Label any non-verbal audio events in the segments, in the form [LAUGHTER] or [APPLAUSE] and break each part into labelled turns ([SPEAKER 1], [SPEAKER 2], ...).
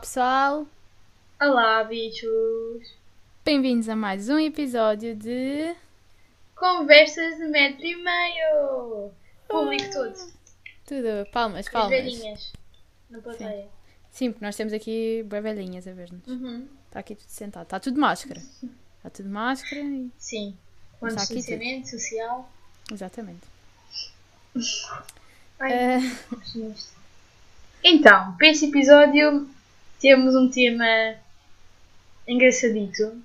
[SPEAKER 1] pessoal,
[SPEAKER 2] Olá, bichos!
[SPEAKER 1] bem-vindos a mais um episódio de.
[SPEAKER 2] Conversas de metro e meio! Público
[SPEAKER 1] Ah,
[SPEAKER 2] todo,
[SPEAKER 1] Tudo, palmas,
[SPEAKER 2] as
[SPEAKER 1] palmas.
[SPEAKER 2] velhinhas, na plateia.
[SPEAKER 1] Sim, porque nós temos aqui bué velhinhas a ver-nos.
[SPEAKER 2] Uhum.
[SPEAKER 1] Está aqui tudo sentado, está tudo de máscara. Está tudo de máscara e.
[SPEAKER 2] Sim, com
[SPEAKER 1] Mas há aqui
[SPEAKER 2] distanciamento social.
[SPEAKER 1] Exatamente.
[SPEAKER 2] Ai,
[SPEAKER 1] Ah,
[SPEAKER 2] isto. Então, para este episódio temos um tema engraçadito,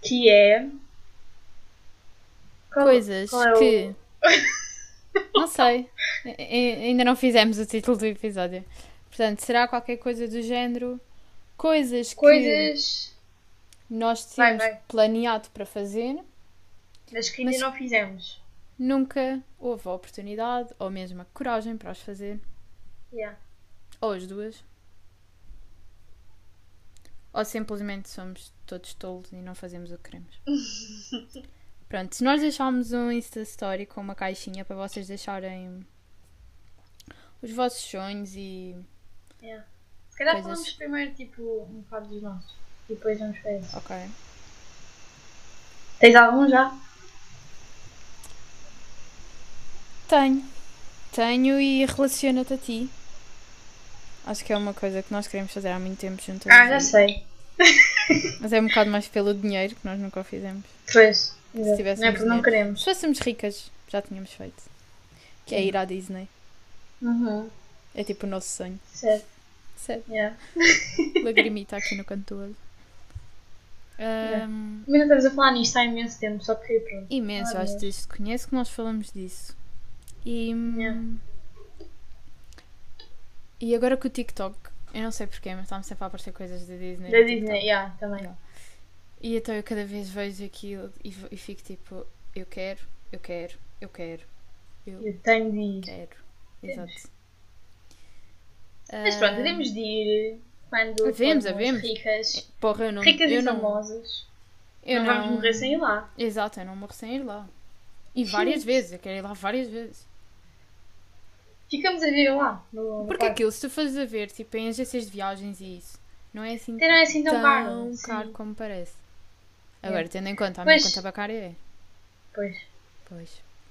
[SPEAKER 2] que é... Qual-
[SPEAKER 1] coisas
[SPEAKER 2] qual é o- [LAUGHS]
[SPEAKER 1] que. Não sei. A- a- Ainda não fizemos o título do episódio. Portanto, será qualquer coisa do género. Coisas, que
[SPEAKER 2] Coisas,
[SPEAKER 1] nós tínhamos
[SPEAKER 2] Vai, vai.
[SPEAKER 1] planeado para fazer,
[SPEAKER 2] mas que ainda
[SPEAKER 1] Mas-
[SPEAKER 2] não fizemos.
[SPEAKER 1] nunca houve a oportunidade ou mesmo a coragem para os fazer.
[SPEAKER 2] Yeah.
[SPEAKER 1] Ou as duas. Ou simplesmente somos todos tolos e não fazemos o que queremos.
[SPEAKER 2] [LAUGHS]
[SPEAKER 1] Pronto, se nós deixarmos um Insta Story com uma caixinha para vocês deixarem os vossos sonhos e.
[SPEAKER 2] Se calhar
[SPEAKER 1] Coisas-
[SPEAKER 2] falamos primeiro, tipo, um bocado dos nossos. E depois vamos para esse.
[SPEAKER 1] Ok.
[SPEAKER 2] Tens algum já?
[SPEAKER 1] Tenho. Tenho e relaciona-te a ti. Acho que é uma coisa que nós queremos fazer há muito tempo juntas.
[SPEAKER 2] Ah, já sei.
[SPEAKER 1] Mas é um bocado mais pelo dinheiro que nós nunca o fizemos.
[SPEAKER 2] Pois.
[SPEAKER 1] Se
[SPEAKER 2] Não é
[SPEAKER 1] tivéssemos
[SPEAKER 2] porque não
[SPEAKER 1] dinheiro.
[SPEAKER 2] queremos.
[SPEAKER 1] Se fôssemos ricas, já tínhamos feito. Que é ir à Disney.
[SPEAKER 2] Uhum.
[SPEAKER 1] É tipo o nosso sonho.
[SPEAKER 2] Certo.
[SPEAKER 1] Sério.
[SPEAKER 2] Yeah.
[SPEAKER 1] Lagrimita aqui no canto do olho. Ahm,
[SPEAKER 2] Também não estamos a falar nisto há imenso tempo, só que pronto.
[SPEAKER 1] imenso,
[SPEAKER 2] Ah,
[SPEAKER 1] acho que desde que conheço que nós falamos disso. E, hum,
[SPEAKER 2] Yeah.
[SPEAKER 1] e agora com o TikTok, eu não sei porquê, mas está-me sempre a aparecer coisas da Disney.
[SPEAKER 2] Da
[SPEAKER 1] no TikTok.
[SPEAKER 2] Disney, yeah, também.
[SPEAKER 1] Yeah. E então eu cada vez vejo aquilo e, v- e fico tipo, eu quero, eu quero, eu quero, eu
[SPEAKER 2] Eu tenho de ir.
[SPEAKER 1] quero.
[SPEAKER 2] Temos.
[SPEAKER 1] Exato.
[SPEAKER 2] Mas pronto, devemos de ir quando
[SPEAKER 1] Ah. Havemos,
[SPEAKER 2] formos
[SPEAKER 1] havemos.
[SPEAKER 2] ricas.
[SPEAKER 1] Porra, eu não.
[SPEAKER 2] Ricas
[SPEAKER 1] eu
[SPEAKER 2] e
[SPEAKER 1] não,
[SPEAKER 2] famosas.
[SPEAKER 1] Eu
[SPEAKER 2] não,
[SPEAKER 1] não,
[SPEAKER 2] vamos morrer sem ir lá.
[SPEAKER 1] Exato, eu não morro sem ir lá. E várias vezes, eu quero ir lá várias vezes.
[SPEAKER 2] Ficamos a ver lá. No, no
[SPEAKER 1] Porque
[SPEAKER 2] parque.
[SPEAKER 1] aquilo, se tu fores a ver, tipo, em agências de viagens e isso, não é assim
[SPEAKER 2] Até não é assim tão,
[SPEAKER 1] tão
[SPEAKER 2] caro. sim. É.
[SPEAKER 1] caro como parece. Agora, tendo em conta, a
[SPEAKER 2] Mas-
[SPEAKER 1] minha conta bancária é.
[SPEAKER 2] Pois.
[SPEAKER 1] Pois.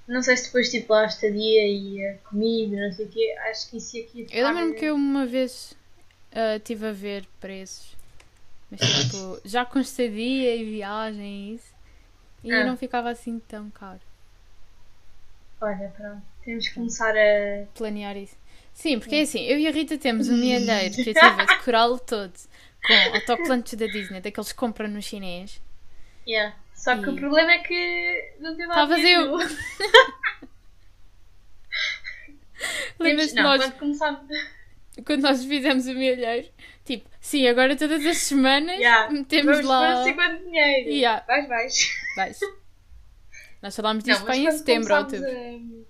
[SPEAKER 2] Não sei se depois, tipo, lá a estadia e a comida, não sei o quê. Acho que isso e aqui.
[SPEAKER 1] Eu lembro-me que eu uma vez eh, estive a ver preços, mas tipo, já com estadia e viagem e isso, e
[SPEAKER 2] Ah.
[SPEAKER 1] não ficava assim tão caro.
[SPEAKER 2] Olha, pronto. Temos que começar a.
[SPEAKER 1] planear isso. Sim, porque é assim, eu e a Rita temos
[SPEAKER 2] Hum.
[SPEAKER 1] um milheiro que eu tive a decorá-lo todo com autocolantes da Disney, daqueles que compram no chinês.
[SPEAKER 2] Yeah. Só que
[SPEAKER 1] E-
[SPEAKER 2] o problema é que não tem
[SPEAKER 1] Tá
[SPEAKER 2] nada
[SPEAKER 1] vazio.
[SPEAKER 2] Temos,
[SPEAKER 1] [LAUGHS] Lembras-te de
[SPEAKER 2] não,
[SPEAKER 1] nós, [LAUGHS]
[SPEAKER 2] quando começámos.
[SPEAKER 1] quando nós fizemos o milheiro? Tipo, sim, agora todas as semanas
[SPEAKER 2] Yeah,
[SPEAKER 1] metemos
[SPEAKER 2] vamos
[SPEAKER 1] lá.
[SPEAKER 2] pôr não sei quanto dinheiro.
[SPEAKER 1] Yeah.
[SPEAKER 2] Vais, vais.
[SPEAKER 1] Vais. Nós falámos
[SPEAKER 2] Não,
[SPEAKER 1] disso para em
[SPEAKER 2] quando
[SPEAKER 1] setembro ou tipo-
[SPEAKER 2] começámos
[SPEAKER 1] outubro.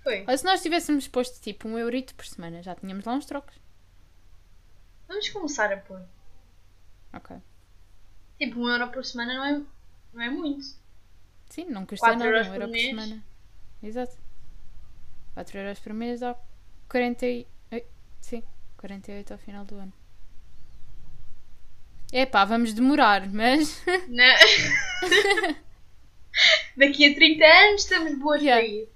[SPEAKER 2] a- Foi.
[SPEAKER 1] Ou se nós tivéssemos posto tipo um eurito por semana, já tínhamos lá uns trocos.
[SPEAKER 2] Vamos começar a pôr.
[SPEAKER 1] Ok.
[SPEAKER 2] Tipo, um euro por semana não é, não é muito.
[SPEAKER 1] Sim, não custa
[SPEAKER 2] Quatro
[SPEAKER 1] nada,
[SPEAKER 2] euros
[SPEAKER 1] um
[SPEAKER 2] por
[SPEAKER 1] euro por,
[SPEAKER 2] mês.
[SPEAKER 1] semana. Exato. 4 euros por mês dá 40 e... ai, Sim, 48 ao final do ano. Epá, vamos demorar, mas... [LAUGHS]
[SPEAKER 2] Na- né? Daqui a 30 anos estamos boas
[SPEAKER 1] Yeah.
[SPEAKER 2] para ir.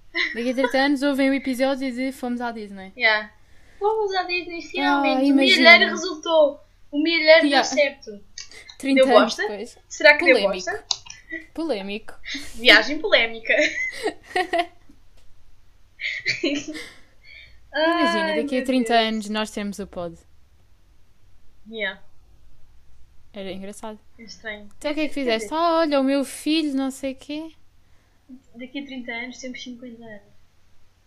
[SPEAKER 1] Daqui a 30 anos ouvem o episódio de Fomos à Disney.
[SPEAKER 2] Yeah. Vamos à Disney finalmente. o
[SPEAKER 1] Ah, imagina.
[SPEAKER 2] milheiro resultou. O milheiro
[SPEAKER 1] Yeah.
[SPEAKER 2] deu certo.
[SPEAKER 1] 30
[SPEAKER 2] Deu
[SPEAKER 1] anos
[SPEAKER 2] bosta?
[SPEAKER 1] depois.
[SPEAKER 2] Será que deu
[SPEAKER 1] Polémico.
[SPEAKER 2] bosta?
[SPEAKER 1] Polémico.
[SPEAKER 2] Viagem polémica.
[SPEAKER 1] Imagina,
[SPEAKER 2] [LAUGHS] Ai,
[SPEAKER 1] daqui a 30
[SPEAKER 2] meu Deus.
[SPEAKER 1] anos nós temos o pod.
[SPEAKER 2] Yeah,
[SPEAKER 1] Era engraçado.
[SPEAKER 2] é estranho.
[SPEAKER 1] Então o que é que fizeste? Ah, olha, o meu filho, não sei o quê.
[SPEAKER 2] Daqui a 30 anos temos 50 anos.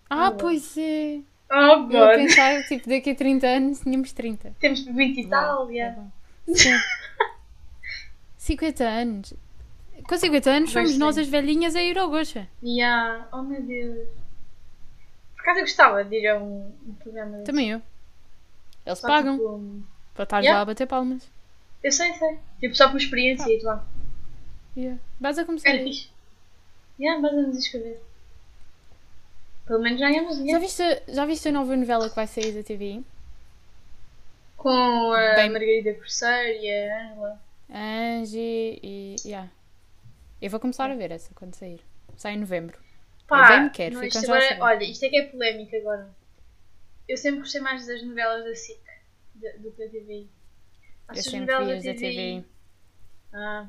[SPEAKER 1] Ah,
[SPEAKER 2] Boa.
[SPEAKER 1] pois é.
[SPEAKER 2] Oh,
[SPEAKER 1] Eu a
[SPEAKER 2] God.
[SPEAKER 1] pensar, tipo, daqui a 30 anos tínhamos 30.
[SPEAKER 2] Temos 20 e tal, yeah.
[SPEAKER 1] Tá bom. Sim. 50 anos. Com 50 anos
[SPEAKER 2] Vai
[SPEAKER 1] somos
[SPEAKER 2] ser.
[SPEAKER 1] nós as velhinhas a ir ao Gocha.
[SPEAKER 2] Yeah, oh meu Deus. Por acaso eu gostava de ir a um, um programa desse.
[SPEAKER 1] Também eu. Eles
[SPEAKER 2] Só
[SPEAKER 1] pagam
[SPEAKER 2] tipo,
[SPEAKER 1] para estar
[SPEAKER 2] Yeah.
[SPEAKER 1] lá a bater palmas.
[SPEAKER 2] eu sei, sei. Tipo, só por
[SPEAKER 1] Tá.
[SPEAKER 2] experiência e lá.
[SPEAKER 1] Yeah. Vais a começar.
[SPEAKER 2] Era fixe. Yeah, mas vamos escrever. Pelo menos ganhamos
[SPEAKER 1] Já
[SPEAKER 2] dinheiro.
[SPEAKER 1] viste, já viste a nova novela que vai sair da TV?
[SPEAKER 2] Com a
[SPEAKER 1] Bem-
[SPEAKER 2] Margarida Corsair e a Angela.
[SPEAKER 1] Angie e. Yeah. Eu vou começar a ver essa quando sair. Sai em novembro.
[SPEAKER 2] Pá,
[SPEAKER 1] bem me quero, um
[SPEAKER 2] não,
[SPEAKER 1] fico
[SPEAKER 2] isto
[SPEAKER 1] ansiosa.
[SPEAKER 2] agora, olha, isto é que é polémico agora. Eu sempre gostei mais das novelas da SIC do- do que da TVI.
[SPEAKER 1] Eu
[SPEAKER 2] Acho as
[SPEAKER 1] sempre vi
[SPEAKER 2] novelas
[SPEAKER 1] as da TV.
[SPEAKER 2] Ah,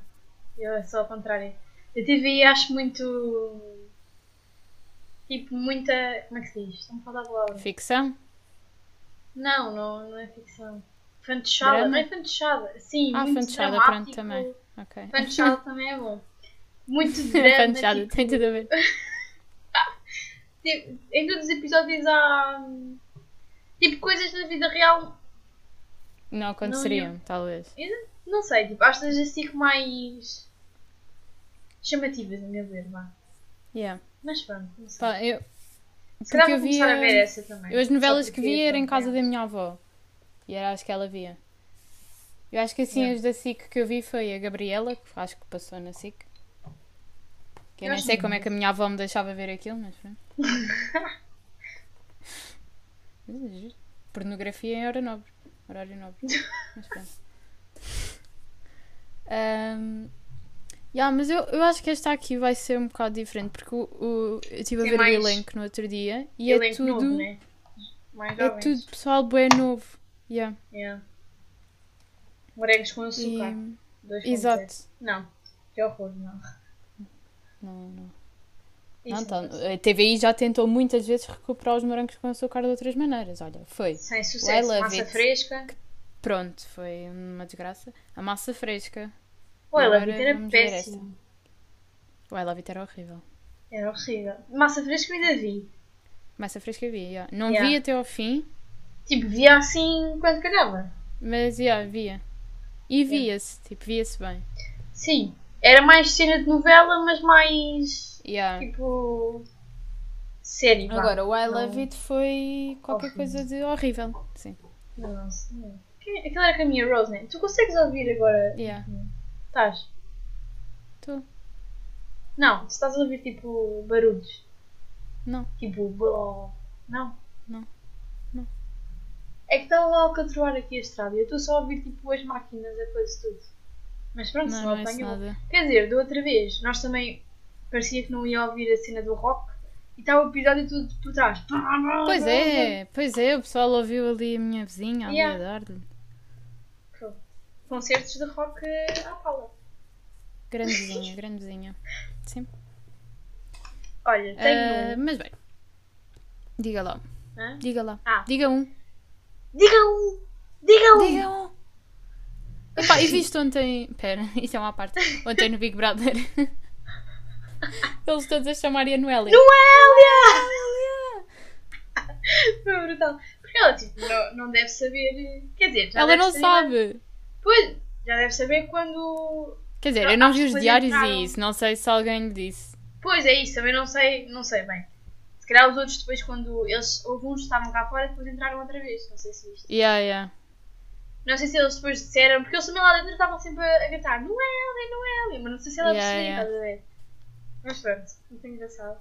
[SPEAKER 2] eu sou ao contrário. Da TVI acho muito. Tipo, muita. Como é que se diz? Estão a falar a palavra.
[SPEAKER 1] Ficção?
[SPEAKER 2] Não, não, não é ficção. Fantochada,
[SPEAKER 1] Drama?
[SPEAKER 2] não é fantochada. Sim,
[SPEAKER 1] Ah,
[SPEAKER 2] muito
[SPEAKER 1] fantochada,
[SPEAKER 2] dramático.
[SPEAKER 1] pronto, também. Ok. [LAUGHS]
[SPEAKER 2] Fantochada também é bom. Muito drama.
[SPEAKER 1] Fanchada, tem tudo a ver.
[SPEAKER 2] Tipo, em todos os episódios há. hum, Tipo, coisas da vida real.
[SPEAKER 1] Não aconteceriam, talvez.
[SPEAKER 2] Eu não sei, tipo, acho das assim que mais. chamativas, a meu ver, vá.
[SPEAKER 1] Yeah.
[SPEAKER 2] Mas pronto, não sei.
[SPEAKER 1] Pá, eu,
[SPEAKER 2] Se calhar
[SPEAKER 1] porque
[SPEAKER 2] vou
[SPEAKER 1] eu
[SPEAKER 2] começar a
[SPEAKER 1] via-
[SPEAKER 2] ver essa também.
[SPEAKER 1] eu as novelas
[SPEAKER 2] Só
[SPEAKER 1] que
[SPEAKER 2] porque,
[SPEAKER 1] via era em
[SPEAKER 2] pronto,
[SPEAKER 1] casa
[SPEAKER 2] é.
[SPEAKER 1] da minha avó. E era as que ela via. Eu acho que assim
[SPEAKER 2] Yeah.
[SPEAKER 1] as da SIC que eu vi foi a Gabriela, que acho que passou na SIC. Que eu,
[SPEAKER 2] Eu
[SPEAKER 1] nem
[SPEAKER 2] acho
[SPEAKER 1] sei
[SPEAKER 2] que
[SPEAKER 1] como
[SPEAKER 2] não.
[SPEAKER 1] é que a minha avó me deixava ver aquilo, mas pronto.
[SPEAKER 2] [LAUGHS]
[SPEAKER 1] Mas é giro. Pornografia em hora nobre. Horário nobre. Mas pronto. Ahm, yeah, mas eu, eu acho que esta aqui vai ser um bocado diferente, porque o, o- eu estive a
[SPEAKER 2] Tem
[SPEAKER 1] ver
[SPEAKER 2] mais
[SPEAKER 1] o elenco no outro dia e
[SPEAKER 2] Eu
[SPEAKER 1] é
[SPEAKER 2] lembro
[SPEAKER 1] tudo.
[SPEAKER 2] novo, né? Mais
[SPEAKER 1] É
[SPEAKER 2] jovens.
[SPEAKER 1] tudo pessoal bem novo. Yeah.
[SPEAKER 2] Yeah. Morangos com
[SPEAKER 1] E-
[SPEAKER 2] açúcar. Dois com zero.
[SPEAKER 1] exato.
[SPEAKER 2] Não, que horror, não.
[SPEAKER 1] Não, não. Não,
[SPEAKER 2] Isso
[SPEAKER 1] então,
[SPEAKER 2] não
[SPEAKER 1] a TVI já tentou muitas vezes recuperar os morangos com açúcar de outras maneiras. Olha, foi.
[SPEAKER 2] Sem
[SPEAKER 1] I
[SPEAKER 2] sucesso.
[SPEAKER 1] love
[SPEAKER 2] Massa
[SPEAKER 1] it.
[SPEAKER 2] fresca.
[SPEAKER 1] Pronto, foi uma desgraça. A massa fresca.
[SPEAKER 2] Pô, ela
[SPEAKER 1] Agora
[SPEAKER 2] era
[SPEAKER 1] vamos ver
[SPEAKER 2] péssimo.
[SPEAKER 1] O I Love It era horrível.
[SPEAKER 2] Era horrível. Massa fresca eu ainda vi.
[SPEAKER 1] Massa fresca via. yeah. Não
[SPEAKER 2] Yeah.
[SPEAKER 1] vi até ao fim,
[SPEAKER 2] Tipo, via assim quando calhava.
[SPEAKER 1] mas yeah, via. E via-se, tipo, via-se bem.
[SPEAKER 2] Sim. Era mais cena de novela, mas mais.
[SPEAKER 1] Yeah.
[SPEAKER 2] Tipo. Série. vá.
[SPEAKER 1] Agora, o I
[SPEAKER 2] não-
[SPEAKER 1] Love It foi qualquer
[SPEAKER 2] Horrível.
[SPEAKER 1] coisa de horrível. Sim.
[SPEAKER 2] Não, não. Quem- Aquela era com a minha Rose, né? Tu consegues ouvir agora?
[SPEAKER 1] Yeah.
[SPEAKER 2] Estás?
[SPEAKER 1] Tu?
[SPEAKER 2] Não, se estás a ouvir tipo barulhos.
[SPEAKER 1] Não.
[SPEAKER 2] Tipo. bló. Não?
[SPEAKER 1] Não. Não.
[SPEAKER 2] É que estão a alcatroar aqui a estrada. e Eu estou só a ouvir tipo as máquinas, a coisa tudo. Mas pronto, se
[SPEAKER 1] Não,
[SPEAKER 2] não
[SPEAKER 1] não é isso
[SPEAKER 2] apanho.
[SPEAKER 1] nada.
[SPEAKER 2] Quer dizer, da outra vez, nós também parecia que não ia ouvir a cena do rock e estava o episódio tudo por trás.
[SPEAKER 1] Pois é, pois é, o pessoal ouviu ali a minha vizinha, ali
[SPEAKER 2] Yeah.
[SPEAKER 1] a dar-lhe.
[SPEAKER 2] Concertos de rock à pala.
[SPEAKER 1] Grande vizinha, grande vizinha. Sim.
[SPEAKER 2] Olha,
[SPEAKER 1] Ah,
[SPEAKER 2] [LAUGHS] tenho.
[SPEAKER 1] mas bem. Diga lá,
[SPEAKER 2] um, hã?
[SPEAKER 1] diga lá.
[SPEAKER 2] Ah.
[SPEAKER 1] Diga um.
[SPEAKER 2] Diga um! Diga um!
[SPEAKER 1] Diga um. Epá, e viste ontem. Pera, [LAUGHS] isso é uma parte. Ontem no Big Brother. [LAUGHS] Eles todos a chamarem a Noélia.
[SPEAKER 2] Noélia! [LAUGHS] Foi brutal. Porque ela, tipo, não, não deve saber. Quer dizer, já
[SPEAKER 1] Ela
[SPEAKER 2] deve
[SPEAKER 1] não
[SPEAKER 2] saber-
[SPEAKER 1] sabe.
[SPEAKER 2] Pois, já deve saber quando.
[SPEAKER 1] Quer dizer,
[SPEAKER 2] Não,
[SPEAKER 1] eu não
[SPEAKER 2] acho
[SPEAKER 1] vi
[SPEAKER 2] que
[SPEAKER 1] os
[SPEAKER 2] depois
[SPEAKER 1] diários
[SPEAKER 2] entraram.
[SPEAKER 1] e isso. Não sei se alguém lhe disse.
[SPEAKER 2] Pois é, isso, também não sei, não sei bem. Se calhar os outros depois, quando eles. Houve uns que estavam cá fora e depois entraram outra vez. Não sei se viste.
[SPEAKER 1] Yeah, yeah.
[SPEAKER 2] Não sei se eles depois disseram, porque eles também lá dentro estavam sempre a gritar Noélia, Noélia, mas não sei se ela
[SPEAKER 1] Yeah,
[SPEAKER 2] percebia,
[SPEAKER 1] yeah.
[SPEAKER 2] estás a ver? Mas pronto, muito engraçado.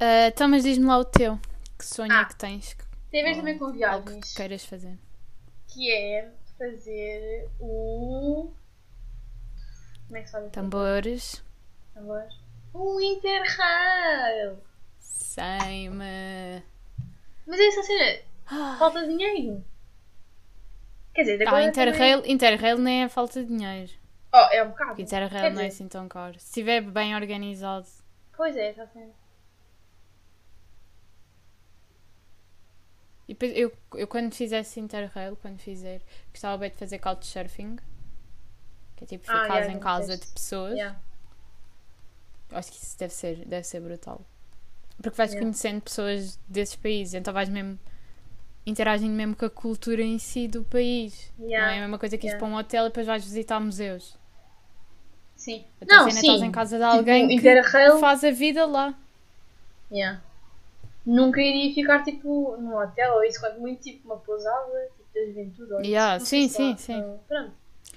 [SPEAKER 1] Ah, então, mas diz-me lá o teu. Que sonho é
[SPEAKER 2] Ah.
[SPEAKER 1] que tens? Que-
[SPEAKER 2] Tem a ver
[SPEAKER 1] Oh,
[SPEAKER 2] também com
[SPEAKER 1] Algo que
[SPEAKER 2] viagens,
[SPEAKER 1] queiras fazer.
[SPEAKER 2] que é fazer o. Como é que se faz aquilo?
[SPEAKER 1] Tambores.
[SPEAKER 2] Agora? Um Interrail!
[SPEAKER 1] Sem me.
[SPEAKER 2] Mas é essa cena,
[SPEAKER 1] Ah.
[SPEAKER 2] falta dinheiro. Quer dizer,
[SPEAKER 1] Ah,
[SPEAKER 2] agora. também-
[SPEAKER 1] Interrail, Interrail nem é falta de dinheiro.
[SPEAKER 2] Oh, é um bocado.
[SPEAKER 1] Porque Interrail
[SPEAKER 2] Quer
[SPEAKER 1] não é
[SPEAKER 2] dizer-
[SPEAKER 1] assim tão caro. Se estiver bem organizado.
[SPEAKER 2] Pois é, essa cena.
[SPEAKER 1] E depois eu, eu quando fizesse Interrail, quando fizer, gostava bem de fazer couchsurfing. Que é tipo
[SPEAKER 2] Ah,
[SPEAKER 1] ficar
[SPEAKER 2] yeah,
[SPEAKER 1] em
[SPEAKER 2] não
[SPEAKER 1] casa
[SPEAKER 2] fizeste.
[SPEAKER 1] de pessoas.
[SPEAKER 2] Yeah.
[SPEAKER 1] Acho que isso deve ser, deve ser brutal. Porque vais
[SPEAKER 2] Yeah.
[SPEAKER 1] conhecendo pessoas desses países, então vais mesmo interagindo mesmo com a cultura em si do país.
[SPEAKER 2] Yeah,
[SPEAKER 1] Não é a mesma coisa que ires
[SPEAKER 2] yeah.
[SPEAKER 1] para um hotel e depois vais visitar museus.
[SPEAKER 2] Sim.
[SPEAKER 1] A tua
[SPEAKER 2] Não,
[SPEAKER 1] cena é
[SPEAKER 2] sim.
[SPEAKER 1] estás em casa de alguém
[SPEAKER 2] Tipo,
[SPEAKER 1] que
[SPEAKER 2] Interrail.
[SPEAKER 1] faz a vida lá.
[SPEAKER 2] Yeah. Nunca iria ficar tipo num hotel ou isso, quando muito tipo uma pousada, tipo de juventude ou isso.
[SPEAKER 1] Yeah,
[SPEAKER 2] Não
[SPEAKER 1] sim,
[SPEAKER 2] sei se
[SPEAKER 1] sim,
[SPEAKER 2] lá-
[SPEAKER 1] sim.
[SPEAKER 2] não- Pronto.